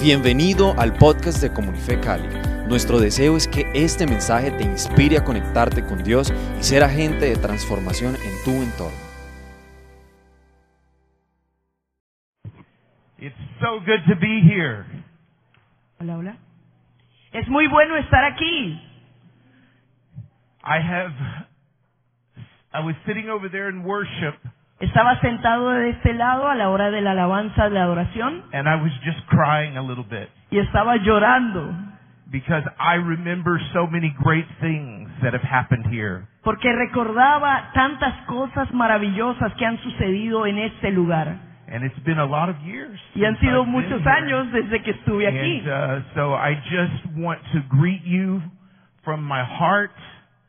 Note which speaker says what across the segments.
Speaker 1: Bienvenido al podcast de Comunife Cali. Nuestro deseo es que este mensaje te inspire a conectarte con Dios y ser agente de transformación en tu entorno.
Speaker 2: It's so good to be here.
Speaker 3: Hola, hola. Es muy bueno estar aquí.
Speaker 2: I have, I was sitting over there in worship
Speaker 3: Estaba sentado de este lado a la hora de la alabanza, de la adoración,
Speaker 2: and I was just crying a little bit
Speaker 3: y estaba llorando,
Speaker 2: because I remember so many great things that have happened here.
Speaker 3: porque recordaba tantas cosas maravillosas que han sucedido en este lugar.
Speaker 2: And it's been a lot of years.
Speaker 3: Y han
Speaker 2: since
Speaker 3: sido
Speaker 2: I've been
Speaker 3: muchos
Speaker 2: here.
Speaker 3: años desde que estuve aquí.
Speaker 2: And uh, so I just want to greet you from my heart.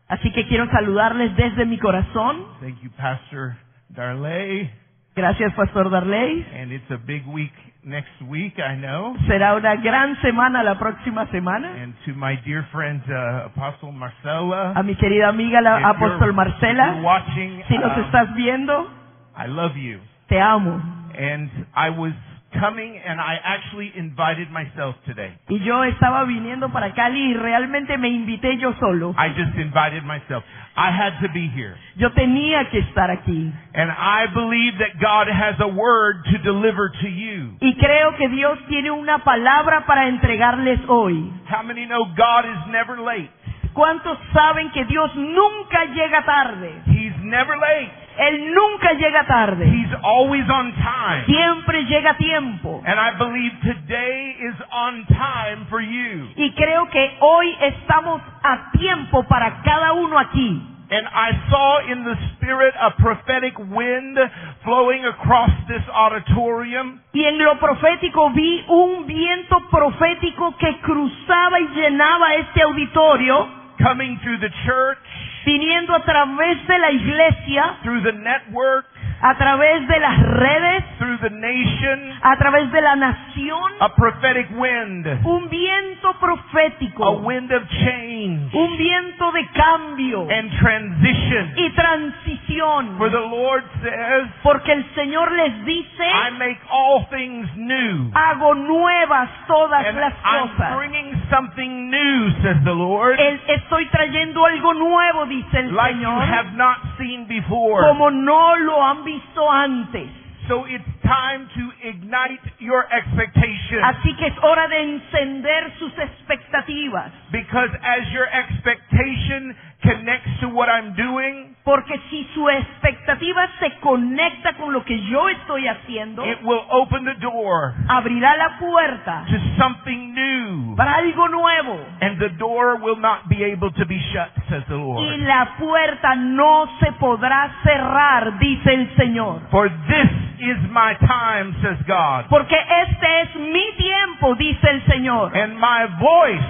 Speaker 3: Así que quiero saludarles desde mi corazón.
Speaker 2: Thank you, Pastor Darley.
Speaker 3: Gracias, Pastor Darley.
Speaker 2: And it's a big week next week, I know.
Speaker 3: Será una gran semana la próxima semana.
Speaker 2: And to my dear friend, uh, Apostle Marcella.
Speaker 3: A mi querida amiga,
Speaker 2: If
Speaker 3: la
Speaker 2: you're-
Speaker 3: apóstol
Speaker 2: if you're
Speaker 3: Marcela,
Speaker 2: watching,
Speaker 3: si nos
Speaker 2: um,
Speaker 3: estás viendo,
Speaker 2: I love you.
Speaker 3: te amo.
Speaker 2: And I was coming and I actually invited myself today.
Speaker 3: Y yo estaba viniendo para Cali y realmente me invité yo solo.
Speaker 2: I just invited myself. I had to be here.
Speaker 3: Yo tenía que estar aquí.
Speaker 2: And I believe that God has a word to deliver to you.
Speaker 3: Y creo que Dios tiene una palabra para entregarles hoy.
Speaker 2: How many know God is never late?
Speaker 3: ¿Cuántos saben que Dios nunca llega tarde?
Speaker 2: He's never late.
Speaker 3: Él nunca llega tarde.
Speaker 2: He's always on time.
Speaker 3: Siempre llega a tiempo.
Speaker 2: And I believe today is on time for you.
Speaker 3: Y creo que hoy estamos a tiempo para cada uno aquí.
Speaker 2: And I saw in the spirit a prophetic wind flowing across this auditorium.
Speaker 3: Y en lo profético vi un viento profético que cruzaba y llenaba este auditorio,
Speaker 2: coming through the church,
Speaker 3: viniendo a través de la iglesia,
Speaker 2: through the network,
Speaker 3: a través de las redes,
Speaker 2: through the nation,
Speaker 3: a través de la nación,
Speaker 2: a prophetic wind,
Speaker 3: un viento
Speaker 2: a
Speaker 3: profético,
Speaker 2: wind of change
Speaker 3: un viento de cambio
Speaker 2: and transition.
Speaker 3: y transición.
Speaker 2: For the Lord says,
Speaker 3: Porque el Señor les dice,
Speaker 2: I make all things new.
Speaker 3: hago nuevas todas
Speaker 2: And
Speaker 3: las
Speaker 2: I'm
Speaker 3: cosas.
Speaker 2: bringing something new, says the Lord,
Speaker 3: El- estoy trayendo algo nuevo, dice el
Speaker 2: like you
Speaker 3: Señor,
Speaker 2: have not seen before.
Speaker 3: como no lo han visto antes.
Speaker 2: So it's time to ignite your expectations.
Speaker 3: Así que es hora de encender sus expectativas.
Speaker 2: Because as your expectation connects to what I'm doing,
Speaker 3: Porque si su expectativa se conecta con lo que yo estoy haciendo,
Speaker 2: It will open the door
Speaker 3: abrirá la puerta
Speaker 2: to something new.
Speaker 3: para algo nuevo.
Speaker 2: And the door will not be able to be shut, says the
Speaker 3: Y
Speaker 2: Lord.
Speaker 3: la puerta no se podrá cerrar, dice el Señor.
Speaker 2: For this is my time, says God.
Speaker 3: Porque este es mi tiempo, dice el Señor.
Speaker 2: And my voice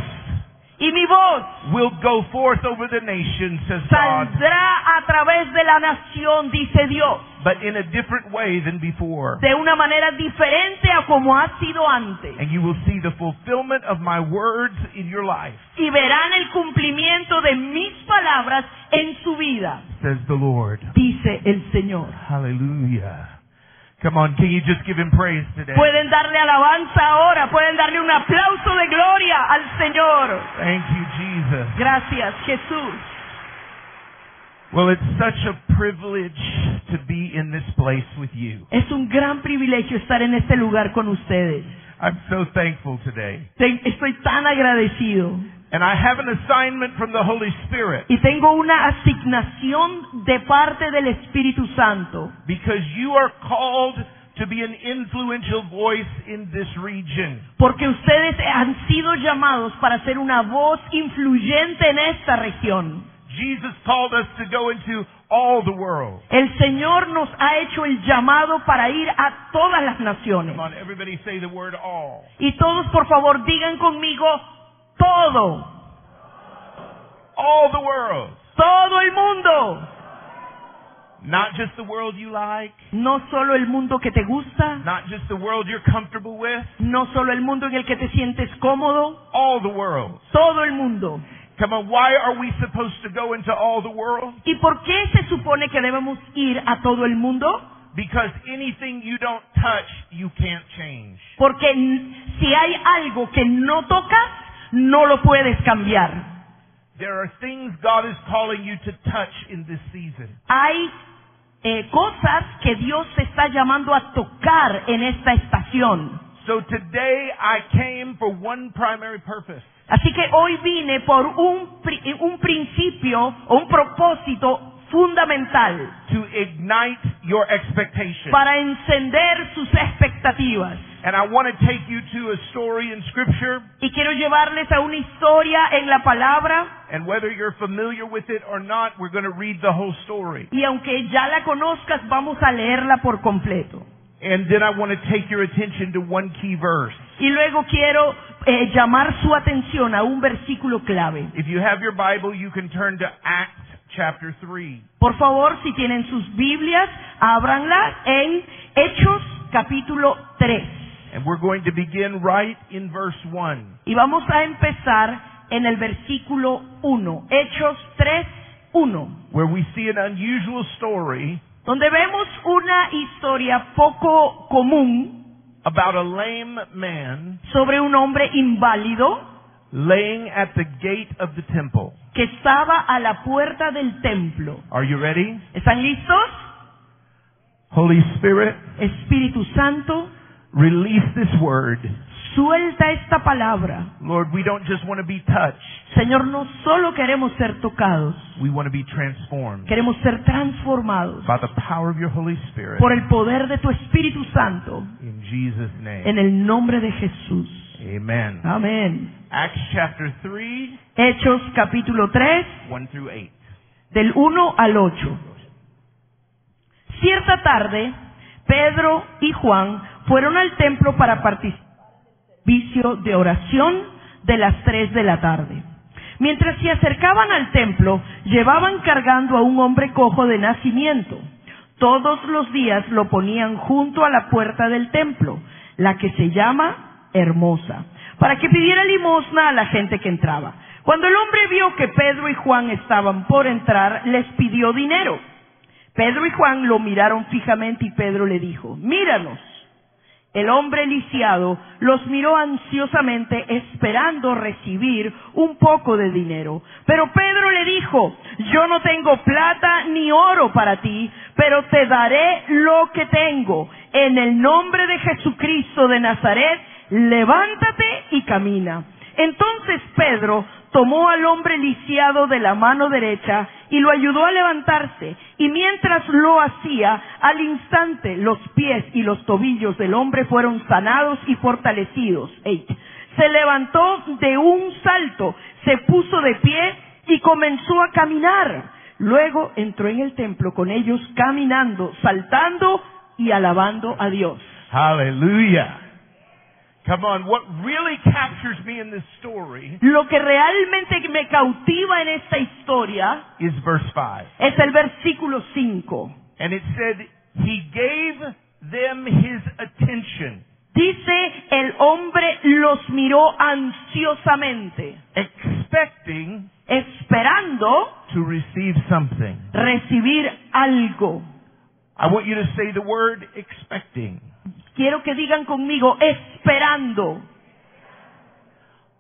Speaker 3: Y mi voz
Speaker 2: will go forth over the nation, says God.
Speaker 3: saldrá a través de la nación, dice Dios,
Speaker 2: But in a different way than before.
Speaker 3: de una manera diferente a como ha sido antes.
Speaker 2: And you will see the fulfillment of my words in your life,
Speaker 3: Y verán el cumplimiento de mis palabras en su vida,
Speaker 2: says the Lord.
Speaker 3: dice el Señor.
Speaker 2: Hallelujah. Come on, can you just give him praise today?
Speaker 3: Pueden darle alabanza ahora, pueden darle un aplauso de gloria al Señor.
Speaker 2: Thank you, Jesus.
Speaker 3: Gracias, Jesús.
Speaker 2: Well, it's such a privilege to be in this place with you.
Speaker 3: Es un gran privilegio estar en este lugar con ustedes.
Speaker 2: I'm so thankful today.
Speaker 3: Te- Estoy tan agradecido.
Speaker 2: And I have an assignment from the Holy Spirit
Speaker 3: Y tengo una asignación de parte del Espíritu Santo.
Speaker 2: because you are called to be an influential voice in this region.
Speaker 3: Porque ustedes han sido llamados para ser una voz influyente en esta región.
Speaker 2: Jesus called us to go into all the world.
Speaker 3: El Señor nos ha hecho el llamado para ir a todas las naciones.
Speaker 2: Come on, everybody say the word all.
Speaker 3: Y todos, por favor, digan conmigo, todo,
Speaker 2: All the world.
Speaker 3: todo el mundo.
Speaker 2: Not just the world you like,
Speaker 3: No solo el mundo que te gusta,
Speaker 2: not just the world you're comfortable with,
Speaker 3: no solo el mundo en el que te sientes cómodo,
Speaker 2: all the world.
Speaker 3: todo el mundo.
Speaker 2: Come on, why are we supposed to go into all the world?
Speaker 3: ¿Y por qué se supone que debemos ir a todo el mundo?
Speaker 2: Because anything you don't touch, you can't change.
Speaker 3: Porque n- si hay algo que no tocas, no lo puedes cambiar.
Speaker 2: There are things God is calling you to touch in this season.
Speaker 3: Hay eh, cosas que Dios te está llamando a tocar en esta estación.
Speaker 2: So today I came for one primary purpose.
Speaker 3: Así que hoy vine por un, pri- un principio o un propósito fundamental
Speaker 2: To ignite your expectation.
Speaker 3: para encender sus expectativas.
Speaker 2: And I want to take you to a story in scripture.
Speaker 3: Y quiero llevarles a una historia en la palabra
Speaker 2: And whether you're familiar with it or not, we're going to read the whole story.
Speaker 3: y aunque ya la conozcas vamos a leerla por completo.
Speaker 2: And then I want to take your attention to one key verse.
Speaker 3: Y luego quiero eh, llamar su atención a un versículo clave.
Speaker 2: If you have your Bible, you can turn to Acts chapter 3.
Speaker 3: Por favor, si tienen sus Biblias, ábranla en Hechos capítulo 3.
Speaker 2: And we're going to begin right in verse 1.
Speaker 3: Y vamos a empezar en el versículo 1, Hechos 3, 1,
Speaker 2: where we see an unusual story
Speaker 3: donde vemos una historia poco común
Speaker 2: about a lame man
Speaker 3: sobre un hombre inválido
Speaker 2: laying at the gate of the temple.
Speaker 3: que estaba a la puerta del templo.
Speaker 2: Are you ready?
Speaker 3: ¿Están listos?
Speaker 2: Holy Spirit,
Speaker 3: Espíritu Santo,
Speaker 2: release this word.
Speaker 3: suelta esta palabra.
Speaker 2: Lord, we don't just want to be touched,
Speaker 3: Señor, no solo queremos ser tocados,
Speaker 2: we want to be transformed
Speaker 3: queremos ser transformados
Speaker 2: by the power of your Holy Spirit.
Speaker 3: por el poder de tu Espíritu Santo
Speaker 2: In Jesus' name.
Speaker 3: en Ah. el nombre de Jesús.
Speaker 2: Amen.
Speaker 3: Amén.
Speaker 2: Acts chapter 3,
Speaker 3: Hechos capítulo 3,
Speaker 2: 1 through 8.
Speaker 3: del 1 al 8. Cierta tarde, Pedro y Juan fueron al templo para participar del servicio de oración de las 3 de la tarde. Mientras se acercaban al templo, llevaban cargando a un hombre cojo de nacimiento. Todos los días lo ponían junto a la puerta del templo, la que se llama Hermosa, para que pidiera limosna a la gente que entraba. Cuando el hombre vio que Pedro y Juan estaban por entrar, les pidió dinero. Pedro y Juan lo miraron fijamente y Pedro le dijo, míranos. El hombre lisiado los miró ansiosamente esperando recibir un poco de dinero. Pero Pedro le dijo, yo no tengo plata ni oro para ti, pero te daré lo que tengo. En el nombre de Jesucristo de Nazaret, levántate y camina. Entonces Pedro tomó al hombre lisiado de la mano derecha y lo ayudó a levantarse, y mientras lo hacía, al instante los pies y los tobillos del hombre fueron sanados y fortalecidos. Eight. Se levantó de un salto, se puso de pie y comenzó a caminar. Luego entró en el templo con ellos caminando, saltando y alabando a Dios.
Speaker 2: Hallelujah. Come on, what really captures me in this story
Speaker 3: Lo que realmente me cautiva en esta historia
Speaker 2: is verse 5.
Speaker 3: es el versículo 5.
Speaker 2: And it said, He gave them His attention,
Speaker 3: Dice, el hombre los miró ansiosamente,
Speaker 2: expecting
Speaker 3: esperando
Speaker 2: to receive something.
Speaker 3: recibir algo.
Speaker 2: I want you to say the word expecting.
Speaker 3: Quiero que digan conmigo, esperando.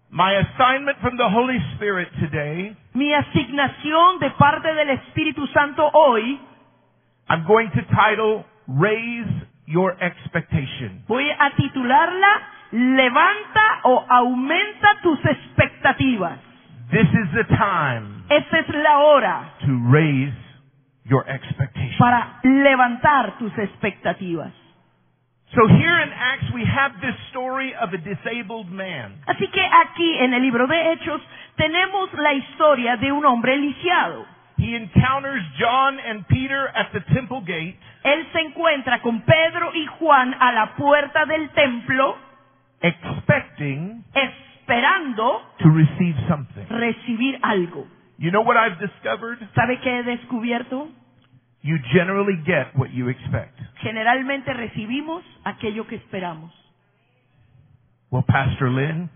Speaker 2: My assignment from the Holy Spirit today,
Speaker 3: Mi asignación de parte del Espíritu Santo hoy,
Speaker 2: I'm going to title Raise Your Expectation.
Speaker 3: voy a titularla, levanta o aumenta tus expectativas.
Speaker 2: This is the time
Speaker 3: Esta es la hora
Speaker 2: to raise your expectation.
Speaker 3: para levantar tus expectativas.
Speaker 2: So here in Acts we have this story of a disabled man.
Speaker 3: Así que aquí en el libro de Hechos tenemos la historia de un hombre lisiado.
Speaker 2: He encounters John and Peter at the temple gate
Speaker 3: Él se encuentra con Pedro y Juan a la puerta del templo
Speaker 2: expecting
Speaker 3: esperando
Speaker 2: to receive something.
Speaker 3: recibir algo.
Speaker 2: You know what I've discovered?
Speaker 3: ¿Sabe qué he descubierto?
Speaker 2: You generally get what you expect.
Speaker 3: Generalmente recibimos aquello que esperamos.
Speaker 2: Well, Pastor Lynn,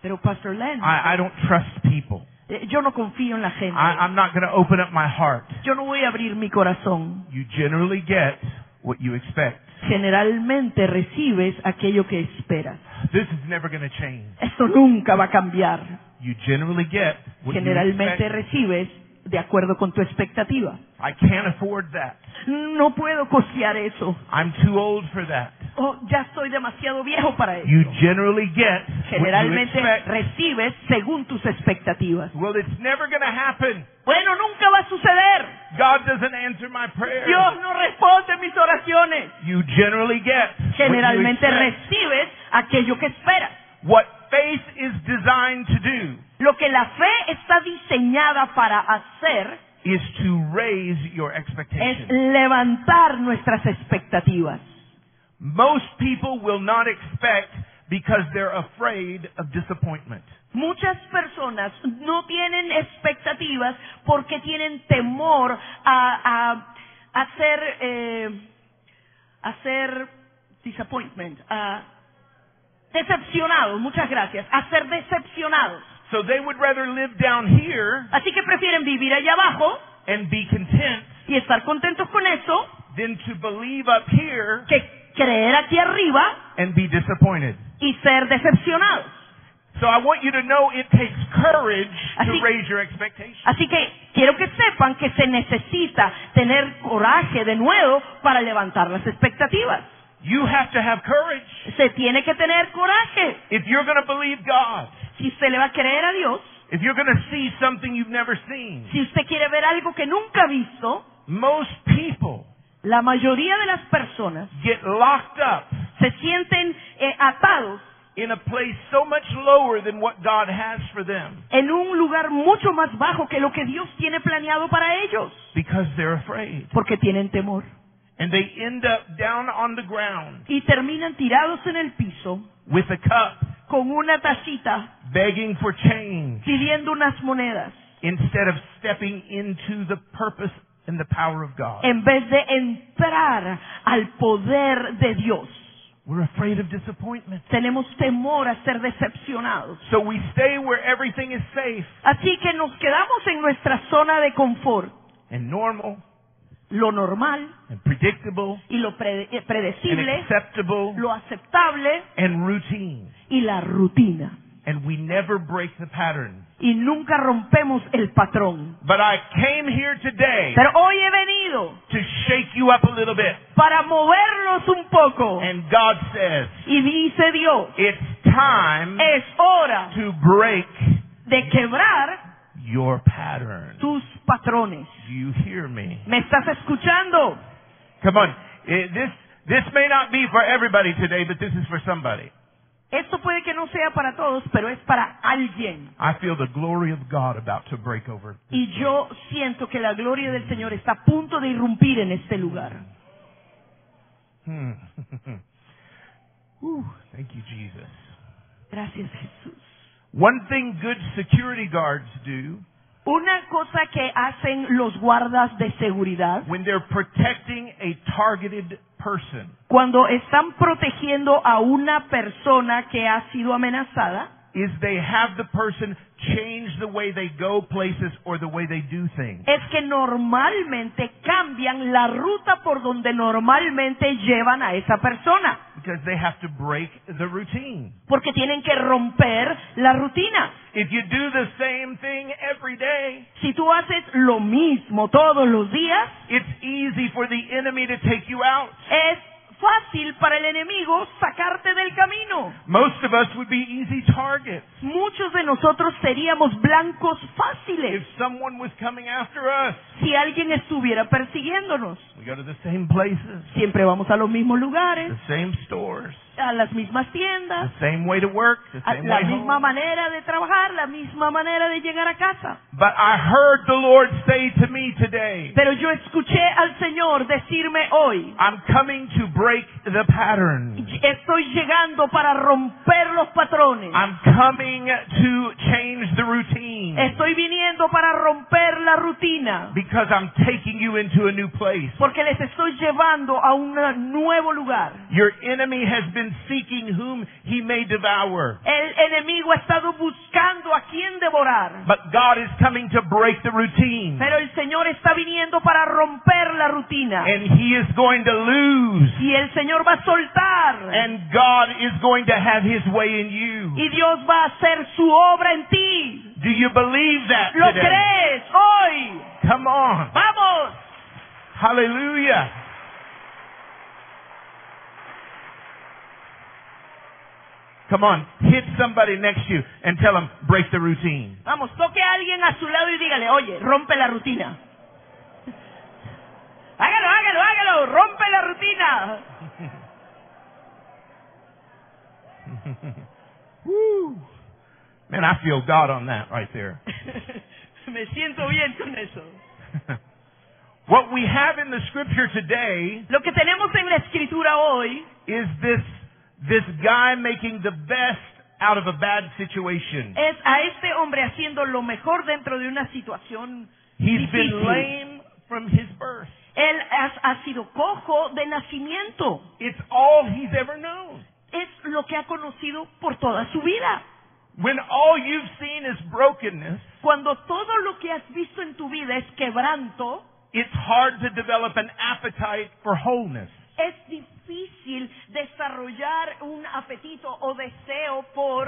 Speaker 3: Pero Pastor Len,
Speaker 2: I, I don't trust people.
Speaker 3: eh, yo no confío en la gente.
Speaker 2: I, I'm not going to open up my heart.
Speaker 3: Yo no voy a abrir mi corazón.
Speaker 2: You generally get what you expect.
Speaker 3: generalmente recibes aquello que esperas.
Speaker 2: This is never going to change.
Speaker 3: Esto nunca va a cambiar.
Speaker 2: You generally get what you
Speaker 3: Generalmente
Speaker 2: expect.
Speaker 3: recibes de acuerdo con tu expectativa.
Speaker 2: I can't afford that.
Speaker 3: No puedo costear eso.
Speaker 2: I'm too old for that.
Speaker 3: Oh, ya estoy demasiado viejo para eso.
Speaker 2: You generally get what you
Speaker 3: Generalmente
Speaker 2: expect.
Speaker 3: recibes según tus expectativas.
Speaker 2: Well, it's never going to happen.
Speaker 3: Bueno, nunca va a suceder.
Speaker 2: God doesn't answer my prayer.
Speaker 3: Dios no responde mis oraciones.
Speaker 2: You generally get
Speaker 3: Generalmente
Speaker 2: what, you expect.
Speaker 3: recibes aquello que esperas.
Speaker 2: what faith is designed to do
Speaker 3: Lo que la fe está diseñada para hacer
Speaker 2: is to raise your
Speaker 3: es
Speaker 2: expectations.
Speaker 3: levantar nuestras expectativas.
Speaker 2: Most people will not expect because they're afraid of disappointment.
Speaker 3: Muchas personas no tienen expectativas porque tienen temor a, a, a ser, eh, a ser disappointment, a- decepcionados, muchas gracias, a ser decepcionados.
Speaker 2: So they would rather live down here
Speaker 3: Así que prefieren vivir allá abajo
Speaker 2: and be content
Speaker 3: y estar contentos con eso
Speaker 2: than to believe up here
Speaker 3: que creer aquí arriba
Speaker 2: and be disappointed.
Speaker 3: y ser decepcionados.
Speaker 2: So I want you to know it takes courage to
Speaker 3: Así-
Speaker 2: raise your expectations.
Speaker 3: Así que quiero que sepan que se necesita tener coraje de nuevo para levantar las expectativas.
Speaker 2: You have to have courage
Speaker 3: Se tiene que tener coraje.
Speaker 2: if you're going to believe God.
Speaker 3: Si usted le va a creer a Dios,
Speaker 2: If you're going to see something you've never seen.
Speaker 3: si usted quiere ver algo que nunca ha visto,
Speaker 2: Most people
Speaker 3: la mayoría de las personas
Speaker 2: get locked up
Speaker 3: se sienten eh, atados
Speaker 2: in a place so much lower than what God has for them
Speaker 3: en un lugar mucho más bajo que lo que Dios tiene planeado para ellos,
Speaker 2: because they're afraid.
Speaker 3: porque tienen temor.
Speaker 2: And they end up down on the ground
Speaker 3: Y terminan tirados en el piso
Speaker 2: with a cup
Speaker 3: con una tacita
Speaker 2: begging for change
Speaker 3: pidiendo unas monedas
Speaker 2: instead of stepping into the purpose and the power of God.
Speaker 3: en vez de entrar al poder de Dios.
Speaker 2: We're afraid of disappointment.
Speaker 3: Tenemos temor a ser decepcionados.
Speaker 2: So we stay where everything is safe
Speaker 3: Así que nos quedamos en nuestra zona de confort,
Speaker 2: and normal
Speaker 3: lo normal
Speaker 2: and predictable
Speaker 3: y lo prede- eh,
Speaker 2: and
Speaker 3: predecible,
Speaker 2: acceptable
Speaker 3: lo aceptable
Speaker 2: and routine.
Speaker 3: y la rutina.
Speaker 2: And we never break the pattern.
Speaker 3: Y nunca rompemos el patrón.
Speaker 2: But I came here today
Speaker 3: Pero hoy he venido
Speaker 2: to shake you up a little bit.
Speaker 3: para movernos un poco.
Speaker 2: And God says,
Speaker 3: Y dice Dios,
Speaker 2: it's time
Speaker 3: es hora
Speaker 2: to break
Speaker 3: de quebrar
Speaker 2: your pattern.
Speaker 3: tus patrones.
Speaker 2: Do you hear me?
Speaker 3: ¿Me estás escuchando?
Speaker 2: Come on. Eh, This, this may not be for everybody today, but this is for somebody.
Speaker 3: Esto puede que no sea para todos, pero es para alguien.
Speaker 2: I feel the glory of God about to break over.
Speaker 3: Y yo siento que la gloria del Señor está a punto de irrumpir en este lugar.
Speaker 2: Hmm. Whew. Thank you, Jesus.
Speaker 3: Gracias Jesús.
Speaker 2: One thing good security guards do
Speaker 3: Una cosa que hacen los guardas de seguridad
Speaker 2: when they're protecting a targeted person
Speaker 3: cuando están protegiendo a una persona que ha sido amenazada
Speaker 2: is they have the person change the way they go places or the way they do things.
Speaker 3: es que normalmente cambian la ruta por donde normalmente llevan a esa persona,
Speaker 2: Because they have to break the routine.
Speaker 3: porque tienen que romper la rutina.
Speaker 2: If you do the same thing every day,
Speaker 3: Si tú haces lo mismo todos los días,
Speaker 2: it's easy for the enemy to take you out.
Speaker 3: es fácil para el enemigo sacarte del camino.
Speaker 2: Most of us would be easy targets
Speaker 3: Muchos de nosotros seríamos blancos
Speaker 2: if
Speaker 3: fáciles
Speaker 2: someone was coming after us.
Speaker 3: si alguien estuviera persiguiéndonos.
Speaker 2: We go to the same places,
Speaker 3: Siempre vamos a los mismos
Speaker 2: the
Speaker 3: lugares,
Speaker 2: same stores,
Speaker 3: a las mismas
Speaker 2: the
Speaker 3: tiendas,
Speaker 2: same way to work, the
Speaker 3: a
Speaker 2: same way
Speaker 3: la misma
Speaker 2: home.
Speaker 3: manera de trabajar, la misma manera de llegar a casa.
Speaker 2: But I heard the Lord say to me today,
Speaker 3: Pero yo escuché al Señor decirme hoy,
Speaker 2: I'm coming to break the pattern.
Speaker 3: estoy llegando para romper los patrones.
Speaker 2: I'm coming to change the routine. routine
Speaker 3: Estoy viniendo para romper la rutina.
Speaker 2: because I'm taking you into a new place.
Speaker 3: Porque les estoy llevando a un nuevo lugar.
Speaker 2: Your enemy has been seeking whom he may devour.
Speaker 3: El enemigo ha estado buscando a quien devorar.
Speaker 2: But God is coming to break the routine.
Speaker 3: Pero el Señor está viniendo para romper la rutina.
Speaker 2: And he is going to lose.
Speaker 3: Y el Señor va a soltar.
Speaker 2: And God is going to have his way in you.
Speaker 3: Y Dios va a hacer su obra en ti.
Speaker 2: Do you believe that
Speaker 3: ¿Lo
Speaker 2: today?
Speaker 3: crees hoy?
Speaker 2: Come on.
Speaker 3: ¡Vamos!
Speaker 2: Hallelujah. Come on, hit somebody next to you and tell them, break the routine.
Speaker 3: Vamos, toque a alguien a su lado y dígale, oye, rompe la rutina. Hágalo, hágalo, hágalo, rompe la rutina.
Speaker 2: Woo. Man, I feel God on that right there.
Speaker 3: Me siento bien con eso.
Speaker 2: what we have in the scripture today
Speaker 3: Lo que tenemos en la escritura hoy
Speaker 2: is this, this guy making the best out of a bad situation.
Speaker 3: es a este hombre haciendo lo mejor dentro de una situación
Speaker 2: He's been
Speaker 3: difícil.
Speaker 2: lame from his birth.
Speaker 3: Él ha, ha sido cojo de nacimiento.
Speaker 2: It's all he's ever known.
Speaker 3: Es lo que ha conocido por toda su vida.
Speaker 2: When all you've seen is brokenness,
Speaker 3: Cuando todo lo que has visto en tu vida es quebranto,
Speaker 2: it's hard to develop an appetite for wholeness.
Speaker 3: es difícil desarrollar un apetito o deseo por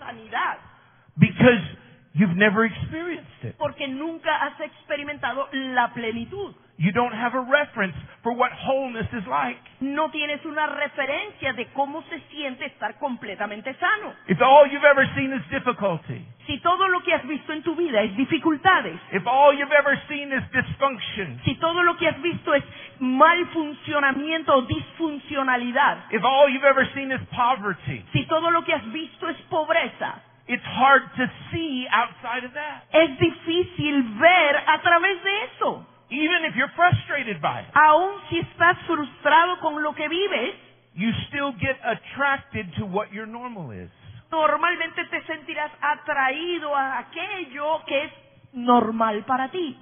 Speaker 3: sanidad,
Speaker 2: Because you've never experienced it.
Speaker 3: porque nunca has experimentado la plenitud.
Speaker 2: You don't have a reference for what wholeness is like.
Speaker 3: No tienes una referencia de cómo se siente estar completamente sano.
Speaker 2: If all you've ever seen is difficulty,
Speaker 3: Si todo lo que has visto en tu vida es dificultades,
Speaker 2: if all you've ever seen is dysfunction,
Speaker 3: si todo lo que has visto es mal funcionamiento o disfuncionalidad,
Speaker 2: if all you've ever seen is poverty,
Speaker 3: si todo lo que has visto es pobreza,
Speaker 2: it's hard to see outside of that.
Speaker 3: es difícil ver a través de eso.
Speaker 2: Even if you're frustrated by it,
Speaker 3: Aún si estás frustrado con lo que vives,
Speaker 2: you still get attracted to what your normal is.
Speaker 3: normalmente te sentirás atraído a aquello que es normal para ti.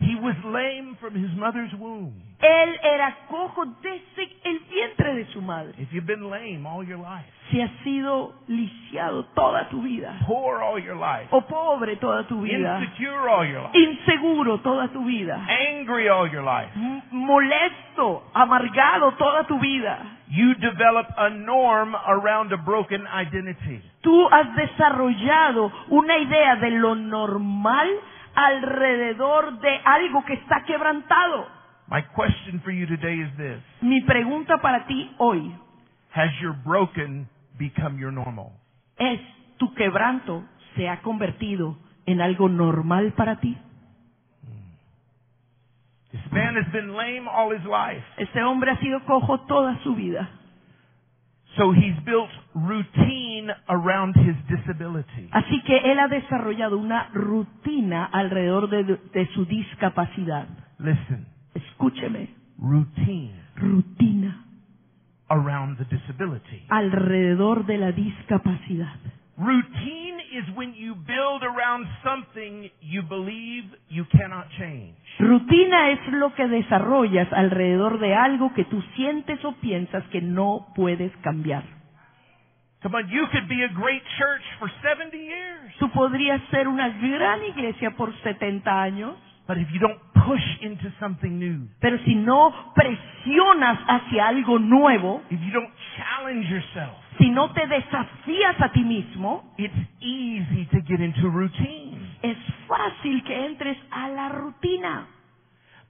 Speaker 2: He was lame from his mother's womb.
Speaker 3: Él era cojo desde el vientre de su madre.
Speaker 2: If you've been lame all your life,
Speaker 3: Si has sido lisiado toda tu vida,
Speaker 2: poor all your life,
Speaker 3: o pobre toda tu vida,
Speaker 2: insecure all your life,
Speaker 3: inseguro toda tu vida,
Speaker 2: angry all your life,
Speaker 3: m- molesto, amargado toda tu vida.
Speaker 2: you develop a norm around a broken identity.
Speaker 3: Tú has desarrollado una idea de lo normal alrededor de algo que está quebrantado.
Speaker 2: My question for you today is this.
Speaker 3: Mi pregunta para ti hoy
Speaker 2: Has your broken become your normal?
Speaker 3: es, ¿tu quebranto se ha convertido en algo normal para ti?
Speaker 2: This man has been lame all his life,
Speaker 3: Este hombre ha sido cojo toda su vida.
Speaker 2: so he's built routine around his disability.
Speaker 3: Así que él ha desarrollado una rutina alrededor de, de su discapacidad.
Speaker 2: Listen,
Speaker 3: Escúcheme,
Speaker 2: routine
Speaker 3: rutina
Speaker 2: around the disability.
Speaker 3: alrededor de la discapacidad.
Speaker 2: Routine is when you build around something you believe you cannot change.
Speaker 3: Rutina es lo que desarrollas alrededor de algo que tú sientes o piensas que no puedes cambiar.
Speaker 2: Come on, you could be a great church for 70 years,
Speaker 3: Tú podrías ser una gran iglesia por 70 años,
Speaker 2: but if you don't push into something new,
Speaker 3: pero si no presionas hacia algo nuevo,
Speaker 2: if you don't challenge yourself,
Speaker 3: si no te desafías a ti mismo,
Speaker 2: it's easy to get into routine.
Speaker 3: es fácil que entres a la rutina.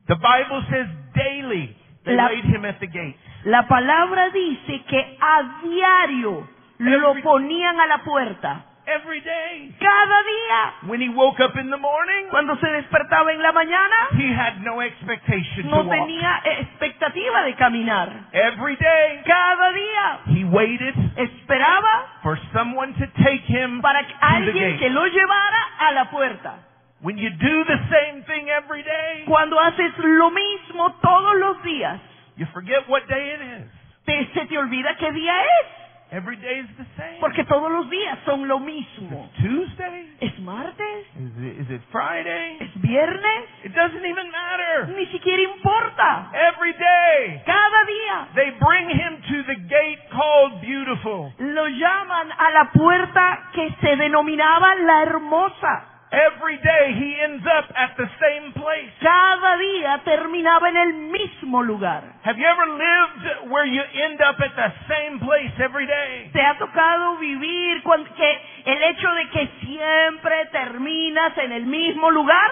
Speaker 2: The Bible says daily they
Speaker 3: La-
Speaker 2: laid him at the gate.
Speaker 3: La palabra dice que a diario lo ponían a la puerta.
Speaker 2: Every day.
Speaker 3: Cada día.
Speaker 2: When he woke up in the morning,
Speaker 3: Cuando se despertaba en la mañana,
Speaker 2: he had no expectation to
Speaker 3: no
Speaker 2: walk.
Speaker 3: tenía expectativa de caminar.
Speaker 2: Every day,
Speaker 3: Cada día
Speaker 2: he waited
Speaker 3: esperaba
Speaker 2: for someone to take him
Speaker 3: para que
Speaker 2: to the
Speaker 3: alguien
Speaker 2: gate.
Speaker 3: que lo llevara a la puerta.
Speaker 2: When you do the same thing every day,
Speaker 3: Cuando haces lo mismo todos los días,
Speaker 2: you forget what day it is.
Speaker 3: te, se te olvida qué día es.
Speaker 2: Every day is the same.
Speaker 3: Porque todos los días son lo
Speaker 2: Is
Speaker 3: mismo.
Speaker 2: it Tuesday?
Speaker 3: ¿Es martes?
Speaker 2: Is it, is it Friday?
Speaker 3: ¿Es viernes?
Speaker 2: It doesn't even matter.
Speaker 3: Ni siquiera importa.
Speaker 2: Every day
Speaker 3: Cada día
Speaker 2: they bring him to the gate called beautiful.
Speaker 3: lo llaman a la puerta que se denominaba la hermosa.
Speaker 2: Every day he ends up at the same place.
Speaker 3: Cada día terminaba en el mismo lugar.
Speaker 2: Have you ever lived where you end up at the same place every day?
Speaker 3: Te ha tocado vivir cuan- que el hecho de que siempre terminas en el mismo lugar,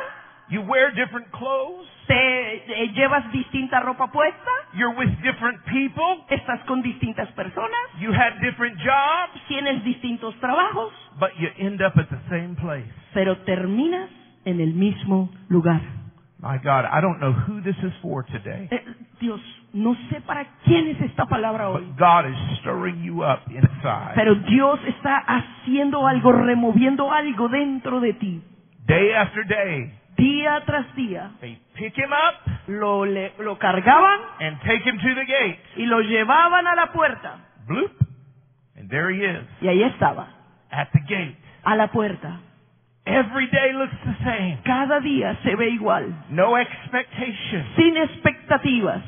Speaker 2: You wear different clothes.
Speaker 3: te eh, llevas distinta ropa puesta,
Speaker 2: You're with different people.
Speaker 3: estás con distintas personas,
Speaker 2: You had different jobs,
Speaker 3: tienes distintos trabajos,
Speaker 2: but you end up at the same place.
Speaker 3: pero terminas en el mismo lugar.
Speaker 2: My God, I don't know who this is for today,
Speaker 3: Eh, Dios, no sé para quién es esta palabra hoy.
Speaker 2: but God is stirring you up inside.
Speaker 3: Pero Dios está haciendo algo, removiendo algo dentro de ti.
Speaker 2: Day after day,
Speaker 3: Día tras día
Speaker 2: they pick him up
Speaker 3: lo, le- lo cargaban
Speaker 2: and take him to the gate.
Speaker 3: y lo llevaban a la puerta.
Speaker 2: Bloop. And there he is
Speaker 3: Y ahí estaba,
Speaker 2: at the gate.
Speaker 3: a la puerta.
Speaker 2: Every day looks the same.
Speaker 3: Cada día se ve igual,
Speaker 2: No expectation.
Speaker 3: sin expectativas.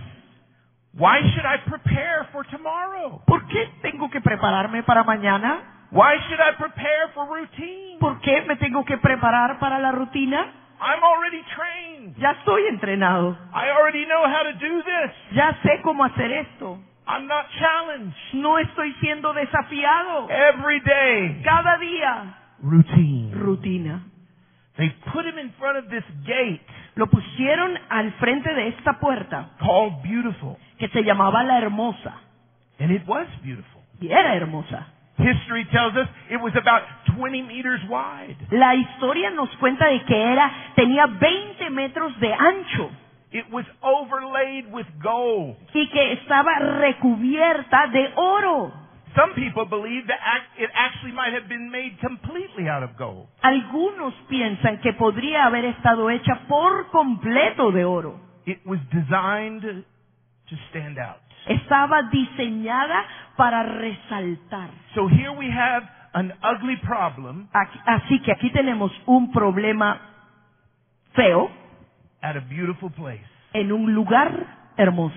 Speaker 2: Why should I prepare for tomorrow?
Speaker 3: ¿Por qué tengo que prepararme para mañana?
Speaker 2: Why should I prepare for routine?
Speaker 3: ¿Por qué me tengo que preparar para la rutina?
Speaker 2: I'm already trained.
Speaker 3: Ya estoy entrenado,
Speaker 2: I already know how to do this.
Speaker 3: ya sé cómo hacer esto.
Speaker 2: I'm not challenged.
Speaker 3: No estoy siendo desafiado.
Speaker 2: Every day,
Speaker 3: Cada día,
Speaker 2: routine.
Speaker 3: rutina.
Speaker 2: They put him in front of this gate
Speaker 3: Lo pusieron al frente de esta puerta
Speaker 2: called beautiful.
Speaker 3: que se llamaba la hermosa.
Speaker 2: And it was beautiful.
Speaker 3: Y era hermosa.
Speaker 2: History tells us it was about 20 meters wide.
Speaker 3: La historia nos cuenta de que era, tenía 20 metros de ancho
Speaker 2: It was overlaid with gold.
Speaker 3: y que estaba recubierta de oro.
Speaker 2: Some people believe that act- it actually might have been made completely out of gold.
Speaker 3: Algunos piensan que podría haber estado hecha por completo de oro.
Speaker 2: It was designed to stand out.
Speaker 3: Estaba diseñada para resaltar.
Speaker 2: So here we have an ugly problem
Speaker 3: Aquí- así que aquí tenemos un problema feo
Speaker 2: at a beautiful place.
Speaker 3: en un lugar hermoso.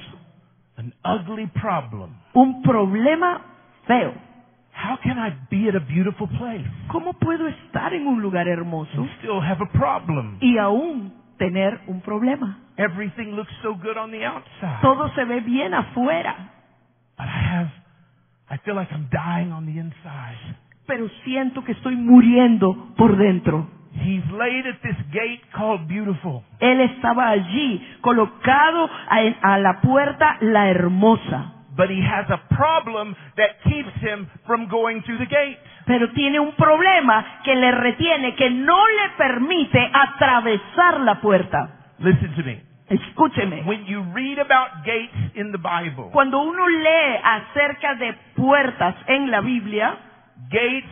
Speaker 2: An ugly problem.
Speaker 3: un problema feo.
Speaker 2: How can I be at a beautiful place
Speaker 3: ¿Cómo puedo estar en un lugar hermoso
Speaker 2: and still have a problem?
Speaker 3: y aún tener un problema?
Speaker 2: Everything looks so good on the outside,
Speaker 3: Todo se ve bien afuera,
Speaker 2: but I have, I feel like I'm dying on the inside.
Speaker 3: pero siento que estoy muriendo por dentro.
Speaker 2: He's laid at this gate called beautiful.
Speaker 3: Él estaba allí, colocado a, a la puerta la hermosa,
Speaker 2: But he has a problem that keeps him from going through the gate.
Speaker 3: pero tiene un problema que le retiene, que no le permite atravesar la puerta.
Speaker 2: Listen to me.
Speaker 3: Escúcheme.
Speaker 2: When you read about gates in the Bible,
Speaker 3: Cuando uno lee acerca de puertas en la Biblia,
Speaker 2: gates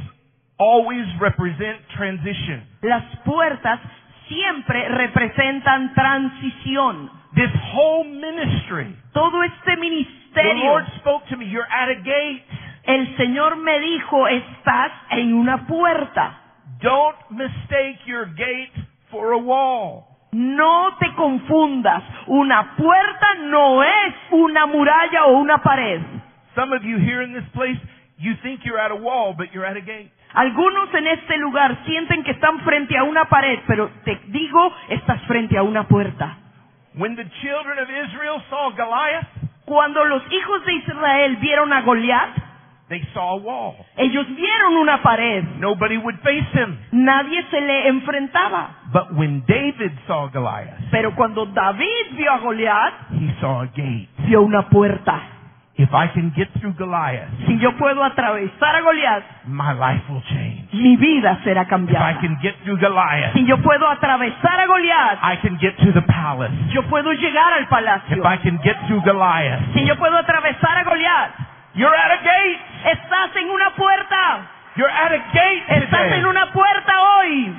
Speaker 2: always represent transition.
Speaker 3: Las puertas siempre representan transición.
Speaker 2: This whole ministry,
Speaker 3: Todo este
Speaker 2: the
Speaker 3: ministerio,
Speaker 2: Lord spoke to me, you're at a gate.
Speaker 3: el Señor me dijo, estás en una puerta.
Speaker 2: Don't mistake your gate for a wall.
Speaker 3: No te confundas, una puerta no es una muralla o una pared.
Speaker 2: Some of you here in this place, you think you're at a wall, but you're at a gate.
Speaker 3: Algunos en este lugar sienten que están frente a una pared, pero te digo, estás frente a una puerta.
Speaker 2: When the children of Israel saw Goliath,
Speaker 3: Cuando los hijos de Israel vieron a Goliat,
Speaker 2: they saw a wall.
Speaker 3: ellos vieron una pared.
Speaker 2: Nobody would face him.
Speaker 3: Nadie se le enfrentaba.
Speaker 2: But when David saw Goliath,
Speaker 3: Pero cuando David vio a Goliat,
Speaker 2: he saw a gate.
Speaker 3: vio una puerta.
Speaker 2: If I can get through Goliath,
Speaker 3: Si yo puedo atravesar a Goliat,
Speaker 2: my life will change.
Speaker 3: mi vida será
Speaker 2: If I
Speaker 3: cambiada.
Speaker 2: can get through Goliath,
Speaker 3: Si yo puedo atravesar a Goliat,
Speaker 2: I can get to the palace.
Speaker 3: yo puedo llegar al palacio.
Speaker 2: If I can get through Goliath,
Speaker 3: Si yo puedo atravesar a Goliat,
Speaker 2: you're at a gate.
Speaker 3: estás en una puerta.
Speaker 2: You're at a gate
Speaker 3: Estás
Speaker 2: today.
Speaker 3: en una puerta hoy.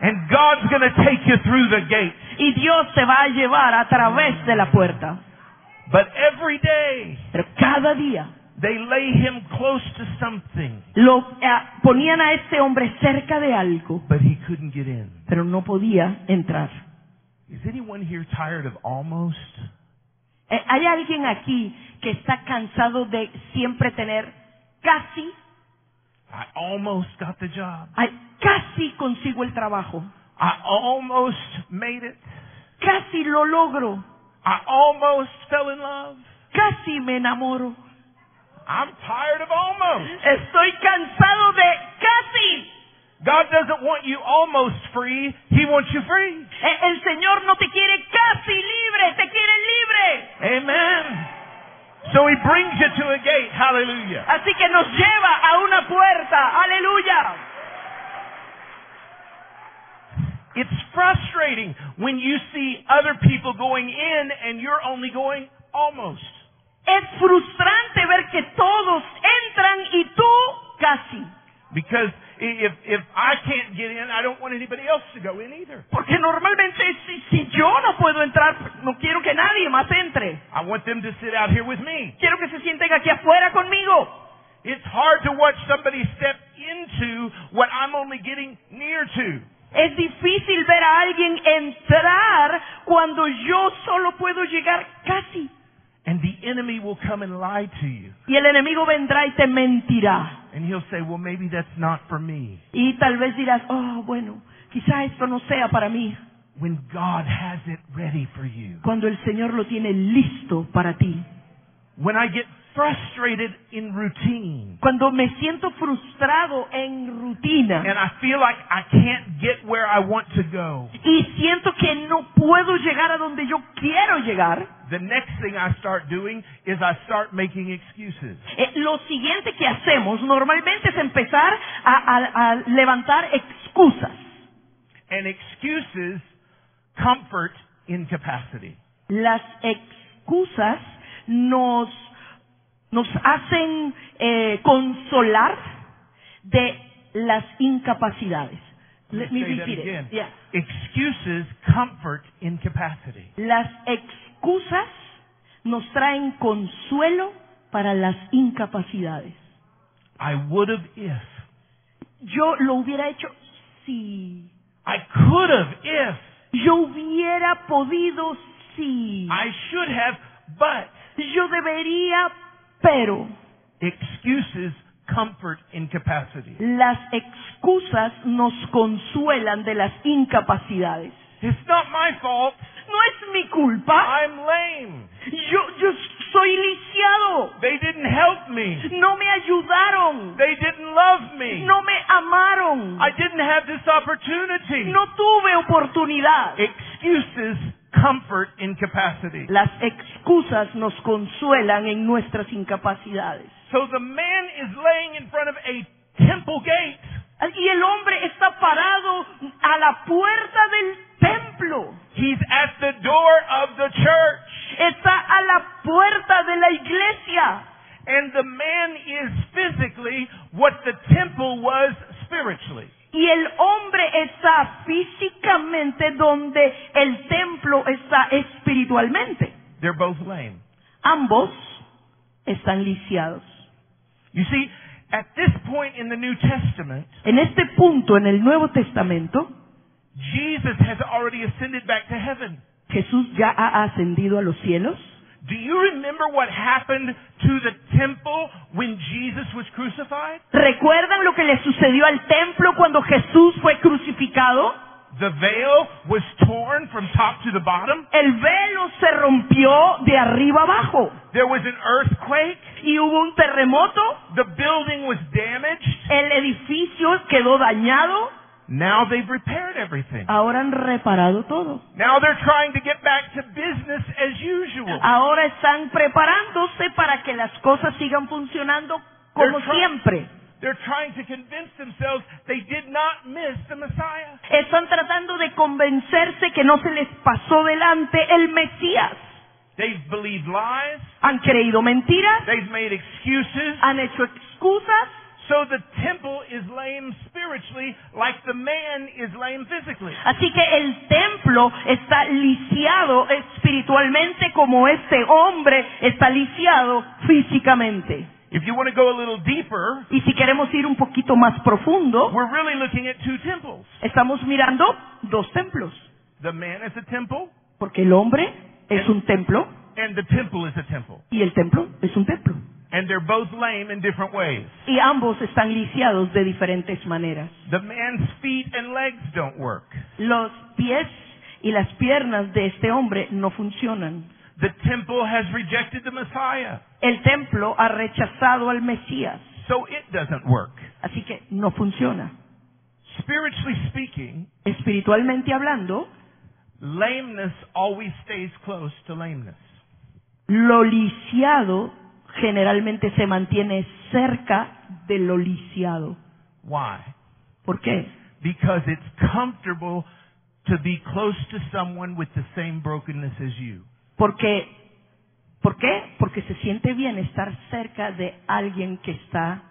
Speaker 2: And God's going to take you through the gate.
Speaker 3: Y Dios te va a llevar a través de la puerta.
Speaker 2: But every day,
Speaker 3: Pero cada día
Speaker 2: They lay him close to something,
Speaker 3: Lo eh, ponían a este hombre cerca de algo,
Speaker 2: but he couldn't get in.
Speaker 3: pero no podía entrar.
Speaker 2: Is anyone here tired of almost?
Speaker 3: Eh, ¿Hay alguien aquí que está cansado de siempre tener casi,
Speaker 2: I almost got the job.
Speaker 3: ay, casi consigo el trabajo?
Speaker 2: I almost made it.
Speaker 3: Casi lo logro,
Speaker 2: I almost fell in love.
Speaker 3: casi me enamoro.
Speaker 2: I'm tired of almost.
Speaker 3: Estoy cansado de casi.
Speaker 2: God doesn't want you almost free. He wants you free.
Speaker 3: Eh, El Señor no te quiere casi libre, te quiere libre.
Speaker 2: Amen. So he brings you to a gate. Hallelujah.
Speaker 3: Así que nos lleva a una puerta. Aleluya.
Speaker 2: It's frustrating when you see other people going in and you're only going almost.
Speaker 3: Es frustrante ver que todos entran y tú casi.
Speaker 2: Because i- if, if I can't get in, I don't want anybody else to go in either.
Speaker 3: Porque normalmente si, si yo no puedo entrar, pues, no quiero que nadie más entre.
Speaker 2: I want them to sit out here with me.
Speaker 3: Quiero que se sienten aquí afuera conmigo.
Speaker 2: It's hard to watch somebody step into what I'm only getting near to.
Speaker 3: Es difícil ver a alguien entrar cuando yo solo puedo llegar casi.
Speaker 2: And the enemy will come and lie to you.
Speaker 3: Y el enemigo vendrá y te mentirá.
Speaker 2: And he'll say, well, maybe that's not for me.
Speaker 3: Y tal vez dirás, oh, bueno, quizá esto no sea para mí.
Speaker 2: When God has it ready for you.
Speaker 3: Cuando el Señor lo tiene listo para ti.
Speaker 2: When I get frustrated in routine
Speaker 3: Cuando me siento frustrado en rutina
Speaker 2: and I feel like I can't get where I want to go,
Speaker 3: y siento que no puedo llegar a donde yo quiero llegar,
Speaker 2: the next thing I start doing is I start making excuses.
Speaker 3: eh, lo siguiente que hacemos normalmente es empezar a, a- a levantar excusas.
Speaker 2: And excuses comfort incapacity.
Speaker 3: Las excusas nos, nos hacen eh, consolar de las incapacidades. Let
Speaker 2: Let
Speaker 3: me
Speaker 2: me say that
Speaker 3: repeat it.
Speaker 2: again.
Speaker 3: Yeah.
Speaker 2: Excuses comfort incapacity.
Speaker 3: Las excusas nos traen consuelo para las incapacidades.
Speaker 2: I would have if.
Speaker 3: Yo lo hubiera hecho si.
Speaker 2: I could have if.
Speaker 3: Yo hubiera podido si.
Speaker 2: I should have, but
Speaker 3: Yo debería, pero.
Speaker 2: excuses comfort incapacity.
Speaker 3: Las excusas nos consuelan de las incapacidades.
Speaker 2: It's not my fault.
Speaker 3: No es mi culpa.
Speaker 2: I'm lame.
Speaker 3: Yo, yo soy lisiado.
Speaker 2: They didn't help me.
Speaker 3: No me ayudaron.
Speaker 2: They didn't love me.
Speaker 3: No me amaron.
Speaker 2: I didn't have this opportunity.
Speaker 3: No tuve oportunidad.
Speaker 2: Excuses comfort incapacity.
Speaker 3: Las excusas nos consuelan en nuestras incapacidades.
Speaker 2: So the man is laying in front of a temple gate,
Speaker 3: Y el hombre está parado a la puerta del templo.
Speaker 2: he's at the door of the church,
Speaker 3: Está a la puerta de la iglesia.
Speaker 2: and the man is physically what the temple was spiritually.
Speaker 3: Y el hombre está físicamente donde el templo está espiritualmente.
Speaker 2: They're both lame.
Speaker 3: Ambos están lisiados.
Speaker 2: You see, at this point in the New Testament,
Speaker 3: En este punto, en el Nuevo Testamento,
Speaker 2: Jesus has already ascended back to heaven.
Speaker 3: Jesús ya ha ascendido a los cielos.
Speaker 2: Do you remember what happened to the temple when Jesus was crucified?
Speaker 3: ¿Recuerdan lo que le sucedió al templo cuando Jesús fue crucificado?
Speaker 2: The veil was torn from top to the bottom.
Speaker 3: El velo se rompió de arriba abajo
Speaker 2: There was an earthquake.
Speaker 3: y hubo un terremoto,
Speaker 2: The building was damaged.
Speaker 3: el edificio quedó dañado,
Speaker 2: Now they've repaired everything.
Speaker 3: ahora han reparado todo.
Speaker 2: Now they're trying to get back to business as usual.
Speaker 3: Ahora están preparándose para que las cosas sigan funcionando como
Speaker 2: They're trying-
Speaker 3: siempre.
Speaker 2: They're trying to convince themselves they did not miss the Messiah.
Speaker 3: Están tratando de convencerse que no se les pasó delante el Mesías.
Speaker 2: They've believed lies.
Speaker 3: Han creído mentiras,
Speaker 2: They've made excuses.
Speaker 3: han hecho excusas
Speaker 2: So the temple is lame spiritually like the man is lame physically.
Speaker 3: Así que el templo está lisiado espiritualmente como este hombre está lisiado físicamente.
Speaker 2: If you want to go a little deeper,
Speaker 3: Y si queremos ir un poquito más profundo,
Speaker 2: we're really looking at two temples.
Speaker 3: estamos mirando dos templos,
Speaker 2: The man is a temple,
Speaker 3: porque el hombre es un templo
Speaker 2: and the temple is a temple.
Speaker 3: y el templo es un templo.
Speaker 2: And they're both lame in different ways.
Speaker 3: Y ambos están lisiados de diferentes maneras.
Speaker 2: The man's feet and legs don't work.
Speaker 3: Los pies y las piernas de este hombre no funcionan.
Speaker 2: The temple has rejected the Messiah,
Speaker 3: El templo ha rechazado al Mesías,
Speaker 2: so it doesn't work.
Speaker 3: así que no funciona.
Speaker 2: Spiritually speaking,
Speaker 3: Espiritualmente hablando,
Speaker 2: lameness always stays close to lameness.
Speaker 3: lo lisiado generalmente se mantiene cerca de lo lisiado.
Speaker 2: Why?
Speaker 3: ¿Por qué?
Speaker 2: Because it's comfortable to be close to someone with the same brokenness as you.
Speaker 3: Porque, ¿Por qué? Porque se siente bien estar cerca de alguien que está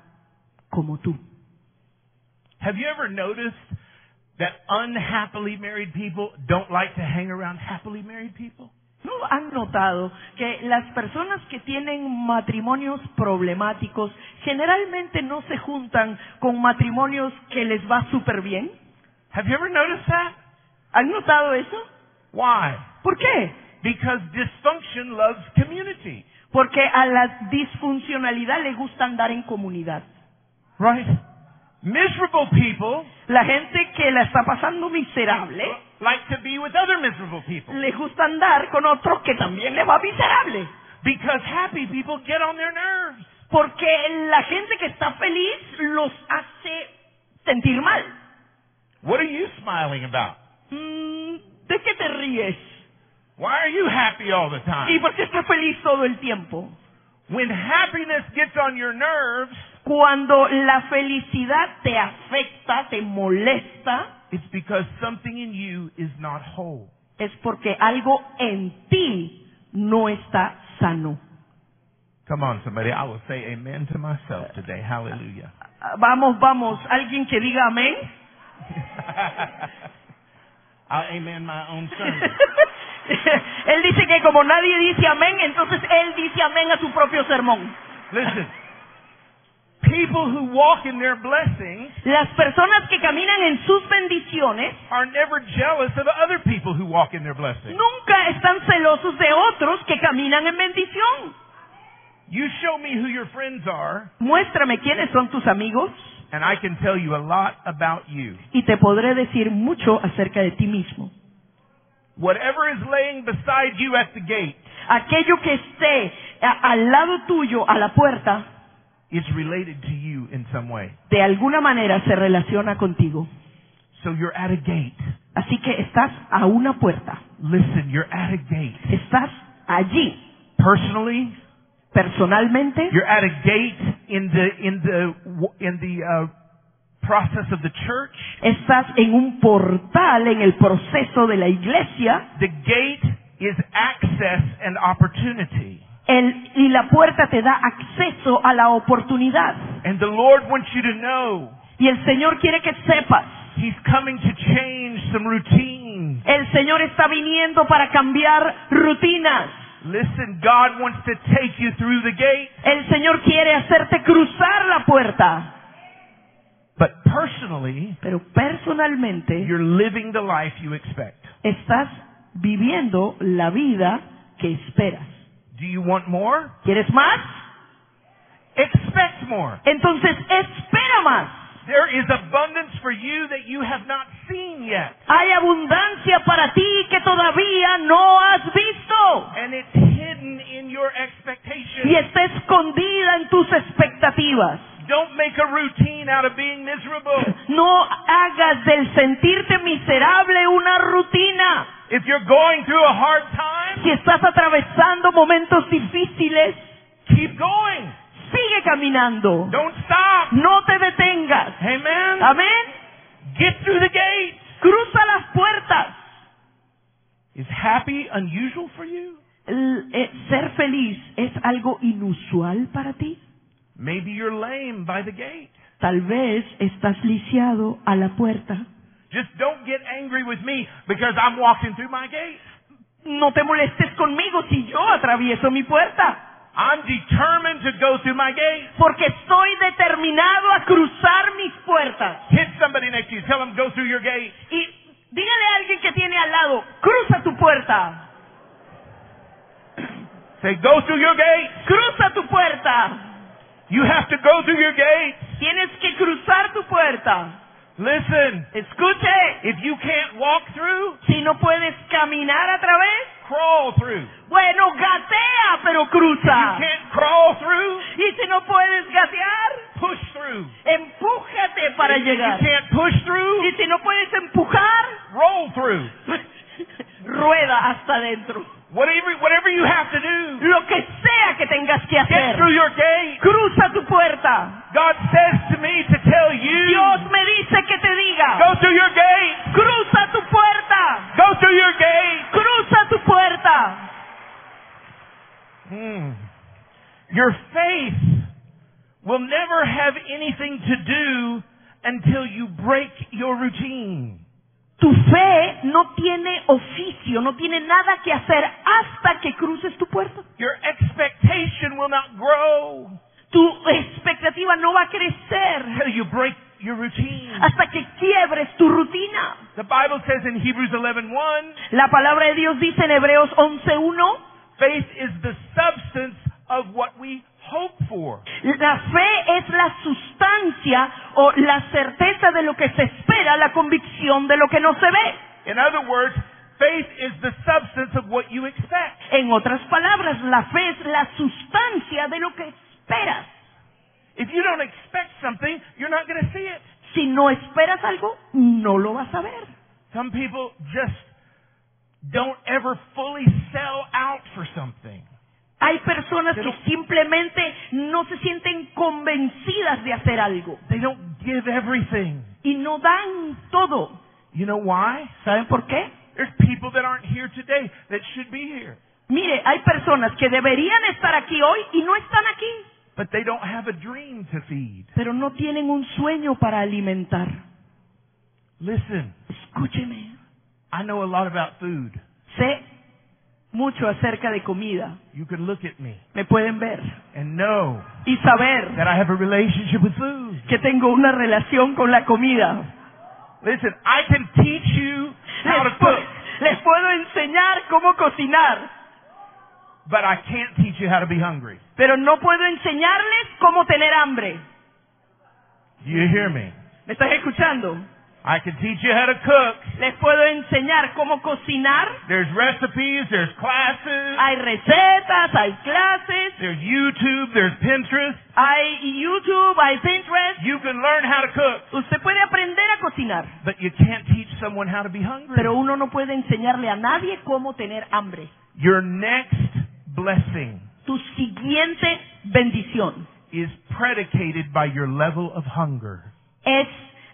Speaker 3: como tú.
Speaker 2: Have you ever noticed that unhappily married people don't like to hang around happily married people?
Speaker 3: ¿No han notado que las personas que tienen matrimonios problemáticos generalmente no se juntan con matrimonios que les va súper bien?
Speaker 2: Have you ever noticed that?
Speaker 3: ¿Han notado eso?
Speaker 2: Why?
Speaker 3: ¿Por qué?
Speaker 2: Because dysfunction loves community,
Speaker 3: Porque a la disfuncionalidad le gusta andar en comunidad.
Speaker 2: right? Miserable people
Speaker 3: La gente que la está pasando miserable
Speaker 2: like to be with other miserable people
Speaker 3: le gusta andar con otros que también le va miserable.
Speaker 2: because happy people get on their nerves.
Speaker 3: Porque la gente que está feliz los hace sentir mal.
Speaker 2: What are you smiling about?
Speaker 3: Mm, ¿De qué te ríes?
Speaker 2: Why are you happy all the
Speaker 3: ¿Y
Speaker 2: time?
Speaker 3: por qué estás feliz todo el tiempo?
Speaker 2: When happiness gets on your nerves,
Speaker 3: Cuando la felicidad te afecta, te molesta,
Speaker 2: it's because something in you is not whole.
Speaker 3: es porque algo en ti no está sano.
Speaker 2: Come on, somebody. I will say amen to myself today. Hallelujah.
Speaker 3: Ah, Vamos, vamos, alguien que diga amén.
Speaker 2: I'll amen my own sermon.
Speaker 3: él dice que como nadie dice amén, entonces él dice amén a su propio sermón.
Speaker 2: Listen. People who walk in their blessings
Speaker 3: Las personas que caminan en sus bendiciones
Speaker 2: are never jealous of other people who walk in their blessings.
Speaker 3: nunca están celosos de otros que caminan en bendición.
Speaker 2: You show me who your friends are,
Speaker 3: Muéstrame quiénes son tus amigos
Speaker 2: and I can tell you a lot about you.
Speaker 3: y te podré decir mucho acerca de ti mismo.
Speaker 2: Whatever is laying beside you at the gate
Speaker 3: Aquello que esté a- al lado tuyo, a la puerta,
Speaker 2: is related to you in some way.
Speaker 3: de alguna manera se relaciona contigo.
Speaker 2: So you're at a gate.
Speaker 3: Así que estás a una puerta,
Speaker 2: Listen, you're at a gate.
Speaker 3: estás allí.
Speaker 2: Personally,
Speaker 3: personalmente
Speaker 2: You're at a gate in the in the in the uh, process of the church.
Speaker 3: estás en un portal en el proceso de la iglesia
Speaker 2: The gate is access and opportunity.
Speaker 3: el- y la puerta te da acceso a la oportunidad
Speaker 2: And the Lord wants you to know
Speaker 3: y el Señor quiere que sepas
Speaker 2: He's coming to change some routines.
Speaker 3: el Señor está viniendo para cambiar rutinas
Speaker 2: Listen, God wants to take you through the gate,
Speaker 3: el Señor quiere hacerte cruzar la puerta
Speaker 2: but personally,
Speaker 3: pero personalmente
Speaker 2: you're living the life you expect.
Speaker 3: estás viviendo la vida que esperas
Speaker 2: Do you want more?
Speaker 3: ¿quieres más?
Speaker 2: Expect more.
Speaker 3: entonces espera más
Speaker 2: There is abundance for you that you have not seen yet.
Speaker 3: Hay abundancia para ti que todavía no has visto
Speaker 2: And it's hidden in your expectations.
Speaker 3: y está escondida en tus expectativas.
Speaker 2: Don't make a routine out of being miserable.
Speaker 3: No hagas del sentirte miserable una rutina.
Speaker 2: If you're going through a hard time,
Speaker 3: Si estás atravesando momentos difíciles,
Speaker 2: keep going.
Speaker 3: sigue caminando.
Speaker 2: Don't stop.
Speaker 3: No te detengas.
Speaker 2: Amen.
Speaker 3: Amén.
Speaker 2: Get through the gate.
Speaker 3: Cruza las puertas.
Speaker 2: Is happy unusual for you?
Speaker 3: El- eh, ser feliz es algo inusual para ti.
Speaker 2: Maybe you're lame by the gate.
Speaker 3: Tal vez estás lisiado a la puerta.
Speaker 2: Just don't get angry with me because I'm walking through my gate.
Speaker 3: No te molestes conmigo si yo atravieso mi puerta.
Speaker 2: I'm determined to go through my gate.
Speaker 3: porque estoy determinado a cruzar mis puertas.
Speaker 2: Hit somebody next to you. Tell them, go through your gate.
Speaker 3: Y dígale a alguien que tiene al lado, cruza tu puerta,
Speaker 2: Say, go through your gate.
Speaker 3: cruza tu puerta,
Speaker 2: You have to go through your gate.
Speaker 3: tienes que cruzar tu puerta.
Speaker 2: Listen,
Speaker 3: Escuche,
Speaker 2: if you can't walk through,
Speaker 3: si no puedes caminar a través,
Speaker 2: crawl through.
Speaker 3: bueno, gatea, pero
Speaker 2: You
Speaker 3: cruza.
Speaker 2: can't crawl through,
Speaker 3: Y si no puedes gatear,
Speaker 2: push through.
Speaker 3: empújate para
Speaker 2: If you
Speaker 3: llegar.
Speaker 2: can't push
Speaker 3: Y
Speaker 2: through,
Speaker 3: si no puedes empujar,
Speaker 2: roll through.
Speaker 3: rueda hasta adentro.
Speaker 2: Whatever, whatever you have to do,
Speaker 3: Lo que sea que tengas que
Speaker 2: get
Speaker 3: hacer,
Speaker 2: through your gate.
Speaker 3: cruza tu puerta.
Speaker 2: God says to me to tell you,
Speaker 3: Dios me dice que
Speaker 2: Mm. go
Speaker 3: te diga,
Speaker 2: through your gate.
Speaker 3: cruza tu puerta,
Speaker 2: Go through your gate.
Speaker 3: cruza tu puerta.
Speaker 2: Hmm. Your faith will never have anything to do until you break your routine.
Speaker 3: Tu fe no tiene oficio, no tiene nada que hacer hasta que cruces tu puerta.
Speaker 2: Your expectation will not grow
Speaker 3: Tu expectativa no va a crecer
Speaker 2: until you break your routine.
Speaker 3: hasta que quiebres tu rutina.
Speaker 2: The Bible says in Hebrews 11:1,
Speaker 3: La palabra de Dios dice en Hebreos 11.1,
Speaker 2: faith is the substance of what we hope for.
Speaker 3: la fe es la sustancia o la certeza de lo que se espera, la convicción de lo que no se ve.
Speaker 2: In other words, faith is the substance of what you expect.
Speaker 3: En otras palabras, la fe es la sustancia de lo que esperas.
Speaker 2: If you don't expect something, you're not going to see it.
Speaker 3: Si no esperas algo, no lo vas a ver.
Speaker 2: Some people just don't ever fully sell out for something.
Speaker 3: Hay personas
Speaker 2: Pero-
Speaker 3: que simplemente no se sienten convencidas de hacer algo
Speaker 2: They don't give everything.
Speaker 3: y no dan todo.
Speaker 2: You know why?
Speaker 3: ¿Saben por qué?
Speaker 2: There's people that aren't here today that should be here,
Speaker 3: Mire, hay personas que deberían estar aquí hoy y no están aquí.
Speaker 2: but they don't have a dream to feed.
Speaker 3: pero no tienen un sueño para alimentar.
Speaker 2: Listen,
Speaker 3: Escúcheme.
Speaker 2: I know a lot about food.
Speaker 3: Sé mucho acerca de comida.
Speaker 2: You could look at me
Speaker 3: Me pueden ver
Speaker 2: and know
Speaker 3: y saber
Speaker 2: that I have a relationship with food.
Speaker 3: que tengo una relación con la comida.
Speaker 2: Listen, I can teach you how to
Speaker 3: Les, pu-
Speaker 2: cook,
Speaker 3: les puedo enseñar cómo cocinar,
Speaker 2: but I can't teach you how to be hungry.
Speaker 3: pero no puedo enseñarles cómo tener hambre.
Speaker 2: Do you hear me?
Speaker 3: ¿Me estás escuchando?
Speaker 2: I can teach you how to cook.
Speaker 3: Les puedo enseñar cómo cocinar.
Speaker 2: There's recipes, there's classes.
Speaker 3: Hay recetas, hay clases,
Speaker 2: There's YouTube, there's Pinterest.
Speaker 3: hay YouTube, hay Pinterest.
Speaker 2: You can learn how to cook,
Speaker 3: Usted puede aprender a cocinar.
Speaker 2: but you can't teach someone how to be hungry.
Speaker 3: Pero uno no puede enseñarle a nadie cómo tener hambre.
Speaker 2: Your next blessing
Speaker 3: Tu siguiente bendición
Speaker 2: is predicated by your level of hunger.
Speaker 3: es